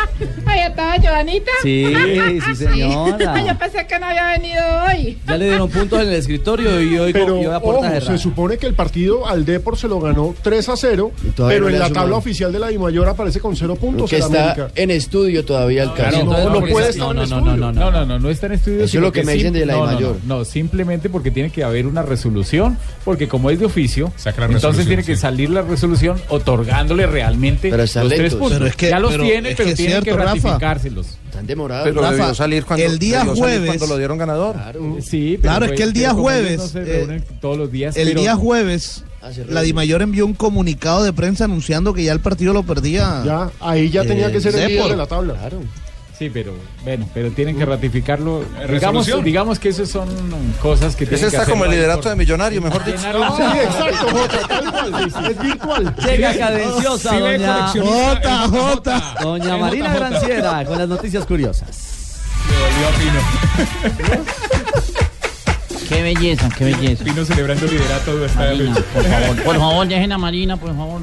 Speaker 13: Ahí estaba Joanita.
Speaker 7: Sí, sí, señora.
Speaker 13: Yo pensé que no había venido hoy.
Speaker 7: Ya le dieron puntos en el escritorio y hoy,
Speaker 11: Pero
Speaker 7: y hoy a puerta
Speaker 11: ojo, se
Speaker 7: cerrada.
Speaker 11: supone que el partido al Depor se lo ganó 3 a 0,
Speaker 15: todavía
Speaker 11: pero
Speaker 15: no
Speaker 11: en
Speaker 15: le
Speaker 11: la
Speaker 15: ha
Speaker 11: tabla
Speaker 15: sumado.
Speaker 11: oficial de la Dimayor aparece con 0 puntos
Speaker 15: que
Speaker 11: el
Speaker 15: está
Speaker 11: América.
Speaker 15: en estudio todavía el caso.
Speaker 9: Claro,
Speaker 15: no,
Speaker 9: porque-
Speaker 15: puede estar
Speaker 9: Ah, no,
Speaker 15: en
Speaker 9: no, no,
Speaker 15: estudio.
Speaker 9: no, no, no, no, no, no está en estudio.
Speaker 15: Eso es
Speaker 9: sino
Speaker 15: lo que me
Speaker 9: sim-
Speaker 15: dicen de la
Speaker 9: no, no,
Speaker 15: Dimayor.
Speaker 9: No, no, simplemente porque tiene que haber una resolución, porque como es de oficio, entonces
Speaker 20: resolución,
Speaker 9: tiene que salir la resolución otorgándole realmente
Speaker 15: Pero
Speaker 9: los
Speaker 15: están
Speaker 9: tres
Speaker 15: lentos.
Speaker 9: puntos.
Speaker 15: Pero es que-
Speaker 9: ya los
Speaker 15: pero
Speaker 9: tiene,
Speaker 15: es
Speaker 9: pero
Speaker 15: que
Speaker 9: tienen
Speaker 15: es
Speaker 9: que
Speaker 15: cierto, Rafa.
Speaker 9: ratificárselos.
Speaker 15: Están demorados.
Speaker 17: Pero Rafa, debió salir cuando- el día debió salir jueves- cuando lo dieron
Speaker 9: ganador. Claro, sí, pero
Speaker 17: Claro, es que el día
Speaker 9: pero como ellos
Speaker 17: jueves,
Speaker 9: no se
Speaker 17: eh,
Speaker 9: reúnen todos los días,
Speaker 17: El
Speaker 9: pero-
Speaker 17: día jueves, la Dimayor envió un comunicado de prensa anunciando que ya el partido lo perdía.
Speaker 11: Ya, ahí ya
Speaker 17: Eh,
Speaker 11: tenía que ser el líder de la tabla.
Speaker 9: Sí, pero bueno, pero tienen que ratificarlo. Digamos,
Speaker 17: Mm. Resolución.
Speaker 9: digamos que esas son cosas que tienen
Speaker 17: Ese
Speaker 9: que
Speaker 17: está
Speaker 9: hacer
Speaker 17: como el
Speaker 9: la
Speaker 17: liderato
Speaker 9: Depor.
Speaker 17: de Millonarios, mejor
Speaker 9: Llenar
Speaker 17: dicho.
Speaker 9: la-
Speaker 17: Sí, exacto,
Speaker 11: Jota, tal cual, es virtual.
Speaker 7: Llega cadenciosa
Speaker 9: Sí, ve,
Speaker 7: doña
Speaker 9: coleccionista,
Speaker 7: Jota,
Speaker 9: es
Speaker 7: Jota. Doña
Speaker 9: Es
Speaker 7: Marina
Speaker 9: Jota.
Speaker 7: Granciera con las noticias curiosas.
Speaker 14: Qué belleza, qué belleza.
Speaker 20: Pino celebrando liderato de esta
Speaker 14: Marina, por favor, por favor, dejen a Marina, por favor.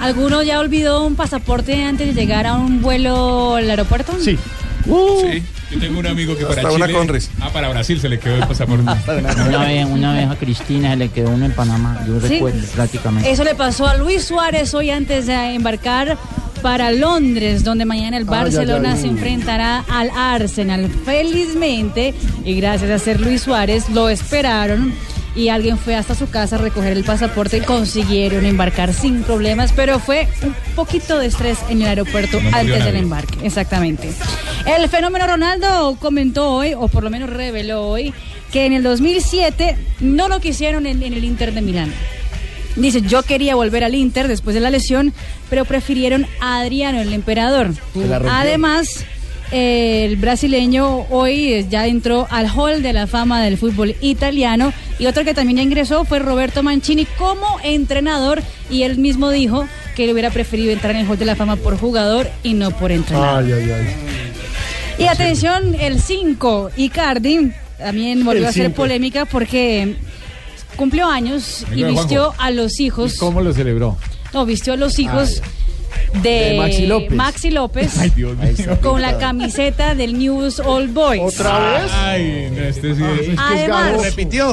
Speaker 10: ¿Alguno ya olvidó un pasaporte antes de llegar a un vuelo al aeropuerto? Sí.
Speaker 20: Sí, yo tengo un amigo que
Speaker 17: Hasta
Speaker 20: para
Speaker 17: una
Speaker 20: Chile.
Speaker 17: Conris.
Speaker 20: Ah, para Brasil se le quedó el pasaporte.
Speaker 14: Una vez, una vez a Cristina se le quedó uno en Panamá, yo
Speaker 10: Sí.
Speaker 14: recuerdo prácticamente.
Speaker 10: Eso le pasó a Luis Suárez hoy antes de embarcar para Londres, donde mañana el
Speaker 13: Ah, ya, ya,
Speaker 10: Barcelona
Speaker 13: ya.
Speaker 10: se enfrentará al Arsenal. Felizmente, y gracias a ser Luis Suárez, lo esperaron y alguien fue hasta su casa a recoger el pasaporte y consiguieron embarcar sin problemas, pero fue un poquito de estrés en el aeropuerto
Speaker 13: No murió
Speaker 10: antes del
Speaker 13: nadie.
Speaker 10: embarque. Exactamente. El fenómeno Ronaldo comentó hoy, o por lo menos reveló hoy, que en el 2007 no lo quisieron en- en el Inter de Milán. Dice, yo quería volver al Inter después de la lesión, pero prefirieron a Adriano, el emperador.
Speaker 15: Se la rompió.
Speaker 10: Además, eh, el brasileño hoy eh, ya entró al hall de la fama del fútbol italiano. Y otro que también ya ingresó fue Roberto Mancini como entrenador. Y él mismo dijo que él hubiera preferido entrar en el hall de la fama por jugador y no por
Speaker 15: Ah,
Speaker 10: entrenador.
Speaker 11: Ay, ay, ay.
Speaker 10: Y atención, el 5, Icardi, también volvió
Speaker 9: El
Speaker 10: a ser
Speaker 9: cinco.
Speaker 10: polémica porque cumplió años y
Speaker 9: Venga, Juanjo.
Speaker 10: vistió a los hijos.
Speaker 9: ¿Cómo lo celebró?
Speaker 10: No, vistió a los hijos de,
Speaker 9: De Maxi López.
Speaker 10: Maxi López
Speaker 9: Ay, Dios mío.
Speaker 10: con la camiseta del News All Boys.
Speaker 20: Ay, no, este sí es.
Speaker 10: Además,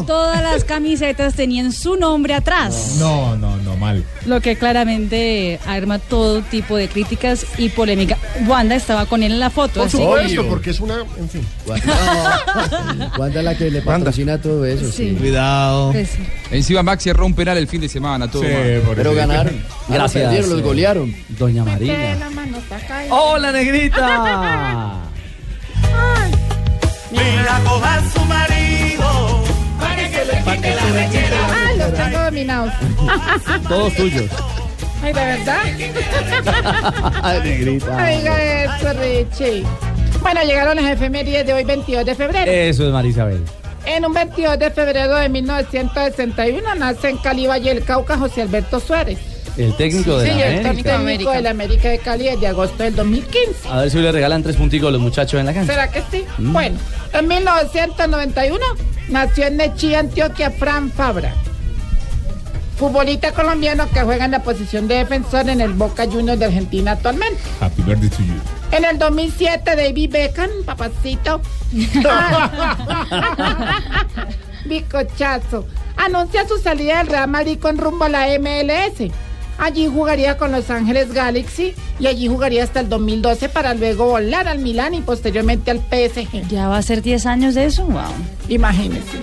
Speaker 10: todas las camisetas tenían su nombre atrás,
Speaker 20: No, no, no, mal.
Speaker 10: lo que claramente arma todo tipo de críticas y polémica. Wanda estaba con él en la foto.
Speaker 11: Por
Speaker 10: así
Speaker 11: supuesto,
Speaker 10: que-
Speaker 11: porque es una. En fin.
Speaker 15: Wanda la que le patrocina todo eso.
Speaker 10: Sí.
Speaker 15: sí.
Speaker 17: Cuidado.
Speaker 10: Pues sí.
Speaker 12: Encima Maxi erró un penal el fin de semana, todo
Speaker 15: Sí,
Speaker 12: mal.
Speaker 15: por Pero eso. ganaron.
Speaker 12: Gracias.
Speaker 15: Perdieron, los golearon.
Speaker 7: Doña
Speaker 13: Mete
Speaker 12: Marina.
Speaker 13: la mano, saca ahí.
Speaker 7: ¡Hola, negrita!
Speaker 15: Pida coja a su marido para que le quite la rechera.
Speaker 13: Ah, los tengo dominados.
Speaker 7: Todos tuyos.
Speaker 13: Ay, de verdad. Oiga eso, Richie. Bueno, llegaron las efemérides de hoy, 22 de febrero.
Speaker 7: Eso es Marisabel.
Speaker 13: En un 22 de febrero de 1961 nace en Cali, Valle del Cauca, José Alberto Suárez.
Speaker 7: El técnico de
Speaker 13: sí,
Speaker 7: la
Speaker 13: el
Speaker 7: América.
Speaker 13: técnico de la América de Cali desde agosto del 2015.
Speaker 7: A ver si le regalan tres punticos a los muchachos en la cancha.
Speaker 13: ¿Será que sí?
Speaker 7: Ah, Mm.
Speaker 13: Bueno, en 1991 nació en Nechi, Antioquia, Fran Fabra. Futbolista colombiano que juega en la posición de defensor en el Boca Juniors de Argentina actualmente.
Speaker 20: Happy birthday to you.
Speaker 13: En el 2007, David Beckham, papacito. Bicochazo. Anuncia su salida del Real Madrid con rumbo a la MLS. Allí jugaría con Los Ángeles Galaxy y allí jugaría hasta el 2012 para luego volar al Milán y posteriormente al PSG. Ya va a ser 10 años de eso, wow. Imagínense.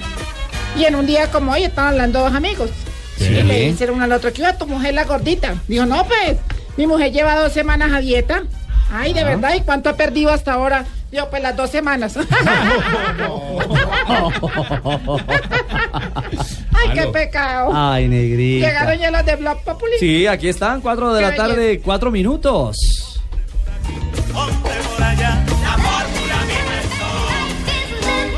Speaker 13: Y en un día como hoy estaban hablando dos amigos.
Speaker 15: Sí.
Speaker 13: Y le dijeron uno al otro, ¿qué iba tu mujer la gordita? Dijo, no, pues, mi mujer lleva dos semanas a dieta. Ay, de verdad, ¿y cuánto ha perdido hasta ahora? Dijo, pues las dos semanas. Ay, qué
Speaker 7: Aló.
Speaker 13: pecado.
Speaker 7: Ay, negrita.
Speaker 13: Llegaron ya los de Blog Populi.
Speaker 7: Sí, aquí están, 4 de
Speaker 13: Qué
Speaker 7: la tarde,
Speaker 13: belleza.
Speaker 7: 4 minutos.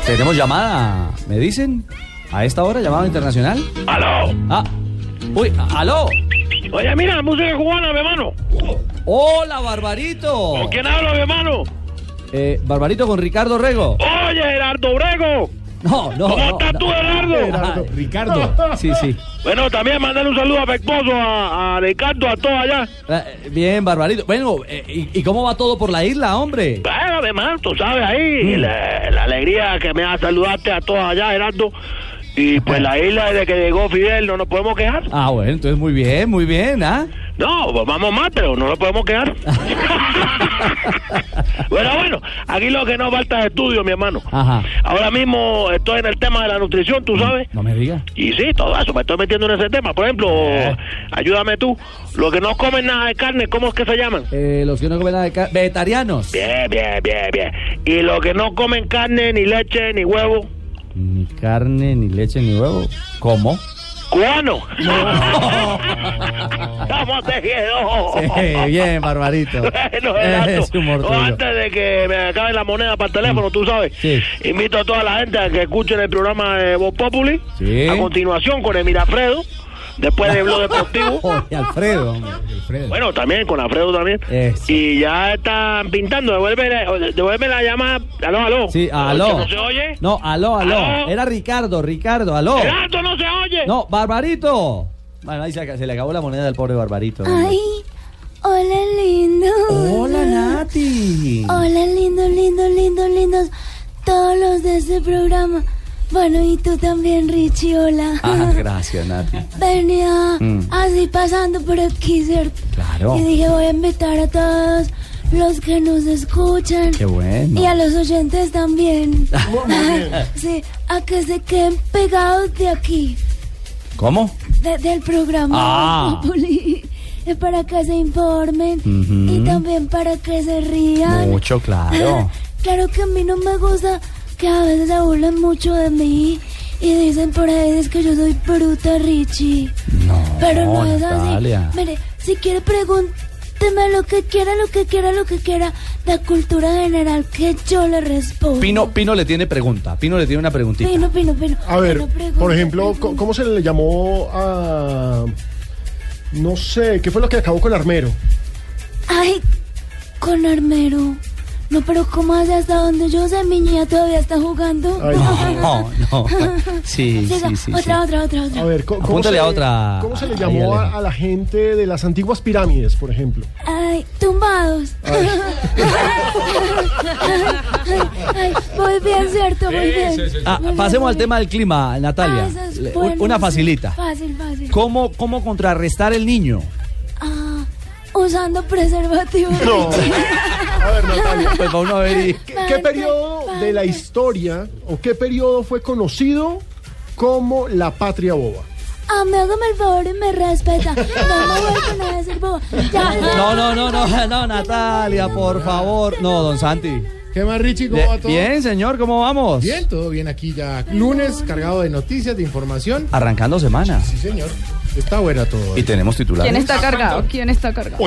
Speaker 7: Tenemos llamada, ¿me dicen? ¿A esta hora, llamada internacional?
Speaker 5: ¡Aló!
Speaker 7: Ah, uy, a- ¡aló!
Speaker 5: Oye, mira, música cubana, mi hermano.
Speaker 7: ¡Hola, Barbarito!
Speaker 5: ¿Con quién hablo, mi hermano?
Speaker 7: Eh, Barbarito con Ricardo Rego.
Speaker 5: Oye, Gerardo Brego.
Speaker 7: No, no.
Speaker 5: ¿Cómo
Speaker 7: no,
Speaker 5: estás
Speaker 7: no.
Speaker 5: tú, Gerardo?
Speaker 7: Gerardo, Ricardo. Sí, sí.
Speaker 5: Bueno, también mandarle un saludo afectuoso a, a Ricardo, a todos allá.
Speaker 7: Eh, Bien, Barbarito. Bueno, eh, ¿y, y cómo va todo por la isla, hombre?
Speaker 5: Bueno, además, tú sabes ahí
Speaker 7: Mm.
Speaker 5: la, la alegría que me da saludarte a todos allá, Gerardo. Y pues la isla desde que llegó Fidel no nos podemos quejar.
Speaker 7: Ah, bueno, entonces muy bien, muy bien, ¿ah?
Speaker 5: No, pues vamos más, pero no nos podemos quejar. bueno, bueno, aquí lo que no falta es estudio, mi hermano.
Speaker 7: Ajá.
Speaker 5: Ahora mismo estoy en el tema de la nutrición, tú sabes.
Speaker 7: No me digas.
Speaker 5: Y sí, todo eso, me estoy metiendo en ese tema. Por ejemplo,
Speaker 7: Eh.
Speaker 5: ayúdame tú, los que no comen nada de carne, ¿cómo es que se llaman?
Speaker 7: Eh, los que no comen nada de carne. Vegetarianos.
Speaker 5: Bien, bien, bien, bien. Y los que no comen carne, ni leche, ni huevo,
Speaker 7: Ni carne, ni leche, ni huevo. ¿Cómo?
Speaker 5: cubano. Estamos tejidos.
Speaker 7: Eh, bien, Barbarito.
Speaker 5: Bueno, Gerardo,
Speaker 7: Es Mm. humor
Speaker 5: o
Speaker 7: tuyo.
Speaker 5: antes de que me acabe la moneda para el teléfono, tú sabes, invito a toda la gente a que escuchen el programa de Voz Populi.
Speaker 7: Sí.
Speaker 5: A continuación con Emir Alfredo, después de Blog Deportivo.
Speaker 7: Jorge Alfredo, hombre.
Speaker 5: Bueno, también con Alfredo también. Y ya están pintando, devuelve, la- devuelve la llamada. Aló, aló.
Speaker 7: Sí,
Speaker 5: ¿Que
Speaker 7: aló.
Speaker 5: ¿No se oye?
Speaker 7: No, aló, aló.
Speaker 5: Aló.
Speaker 7: Era Ricardo, Ricardo, aló.
Speaker 5: Gerardo, no se oye.
Speaker 7: No, Barbarito. Bueno, ahí se, ac- se le acabó la moneda al pobre Barbarito.
Speaker 16: Ay, hola lindo. Hola
Speaker 7: Nati.
Speaker 16: Hola lindo, lindo, lindo, lindos. Todos los de este programa. Bueno, y tú también, Richie, hola.
Speaker 7: Ah, gracias, Nati.
Speaker 16: Venía
Speaker 7: Mm.
Speaker 16: así pasando por aquí, ¿cierto?
Speaker 7: Claro.
Speaker 16: Y dije, voy a invitar a todos los que nos escuchan.
Speaker 7: Qué bueno.
Speaker 16: Y a los oyentes también. sí, a que se queden pegados de aquí.
Speaker 7: ¿Cómo?
Speaker 16: de- del programa
Speaker 7: Ah.
Speaker 16: Populi, eh, para que se informen
Speaker 7: Ujú.
Speaker 16: y también para que se rían.
Speaker 7: Mucho, claro.
Speaker 16: Claro que a mí no me gusta que a veces se burlan mucho de mí y dicen por ahí es que yo soy bruta, Richie. No, pero no es así.
Speaker 15: Natalia.
Speaker 16: Mire, si quiere pregúnteme lo que quiera, lo que quiera, lo que quiera de cultura general que yo le respondo.
Speaker 7: Pino, Pino le tiene pregunta. Pino le tiene una preguntita.
Speaker 16: Pino, Pino, Pino.
Speaker 11: A ver,
Speaker 16: Pino, pregunta.
Speaker 11: por ejemplo, co- ¿cómo se le llamó a... No sé, ¿qué fue lo que acabó con Armero?
Speaker 16: Ay, con armero. No, pero ¿cómo hace hasta donde yo sé? Mi niña todavía está jugando.
Speaker 7: No, no. Sí,
Speaker 16: Llega,
Speaker 7: sí, sí.
Speaker 16: otra, otra, otra, otra.
Speaker 11: A ver, co- ¿cómo,
Speaker 7: Apúntale
Speaker 11: se,
Speaker 7: a otra.
Speaker 11: ¿Cómo se le
Speaker 7: Ahí,
Speaker 11: llamó
Speaker 7: Alejo.
Speaker 11: a, a la gente de las antiguas pirámides, por ejemplo?
Speaker 16: Ay, tumbados. Ay, ay, muy bien, cierto, muy bien.
Speaker 7: Ah,
Speaker 16: Muy bien,
Speaker 7: pasemos
Speaker 16: muy
Speaker 7: al tema del clima, Natalia.
Speaker 16: bien. Esas
Speaker 7: Le-
Speaker 16: buenas,
Speaker 7: Una facilita.
Speaker 16: Fácil, fácil.
Speaker 7: ¿Cómo, ¿Cómo contrarrestar el niño?
Speaker 16: Ah, usando preservativo.
Speaker 11: A ver, Natalia.
Speaker 7: Pues vamos a ver. y-
Speaker 11: ¿Qué, qué periodo de la historia o qué periodo fue conocido como la patria boba?
Speaker 16: Ah, me hágame el favor y me respeta. No me vuelvo a decir boba. Ya, ya.
Speaker 7: No, no, no, no, no, Natalia, por favor. No, don Santi.
Speaker 5: ¿Qué más, Richie? ¿Cómo
Speaker 7: Bien,
Speaker 5: va todo?
Speaker 7: bien, señor, ¿cómo vamos?
Speaker 5: Bien, todo bien aquí ya. Lunes, cargado de noticias, de información.
Speaker 7: Arrancando semana.
Speaker 5: Sí, señor. Está buena todo. ¿eh?
Speaker 7: Y tenemos titulares.
Speaker 25: ¿Quién está cargado? ¿Quién está cargado?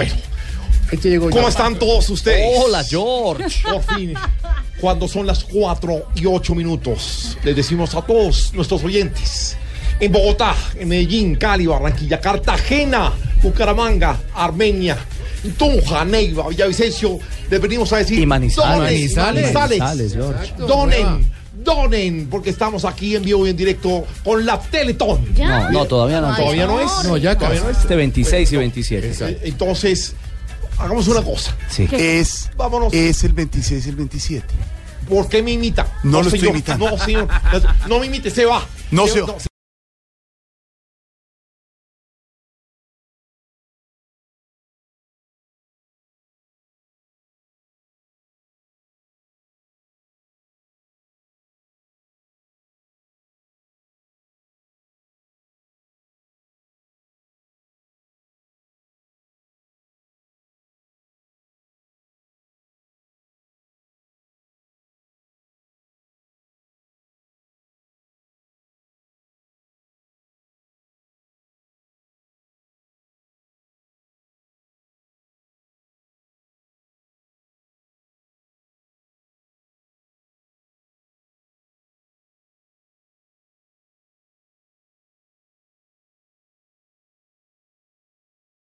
Speaker 5: Este llegó
Speaker 22: ¿Cómo
Speaker 5: ya.
Speaker 22: están todos ustedes?
Speaker 5: Hola,
Speaker 22: George. Por fin. Cuando son las 4 y 8 minutos, les decimos a todos nuestros oyentes. En Bogotá, en Medellín, Cali, Barranquilla, Cartagena, Bucaramanga, Armenia, Tunja, Neiva, Villavicencio, les venimos a decir...
Speaker 7: Y Manizales. Ah,
Speaker 22: donen,
Speaker 7: Manizales.
Speaker 22: Manizales.
Speaker 7: Manizales, George.
Speaker 22: Exacto, Donen, donen, porque estamos aquí en vivo y en directo con la Teletón.
Speaker 7: No, no, todavía no.
Speaker 22: Todavía no es. Todavía no es.
Speaker 7: Este 26 y 27.
Speaker 22: Eh, Entonces, hagamos una cosa.
Speaker 7: Sí. ¿Qué?
Speaker 22: Es, es el 26 y el 27. ¿Por qué me imita?
Speaker 9: No lo estoy
Speaker 22: señor,
Speaker 9: imitando.
Speaker 22: No, señor. No me imite, se va.
Speaker 9: No,
Speaker 22: Se-
Speaker 9: señor.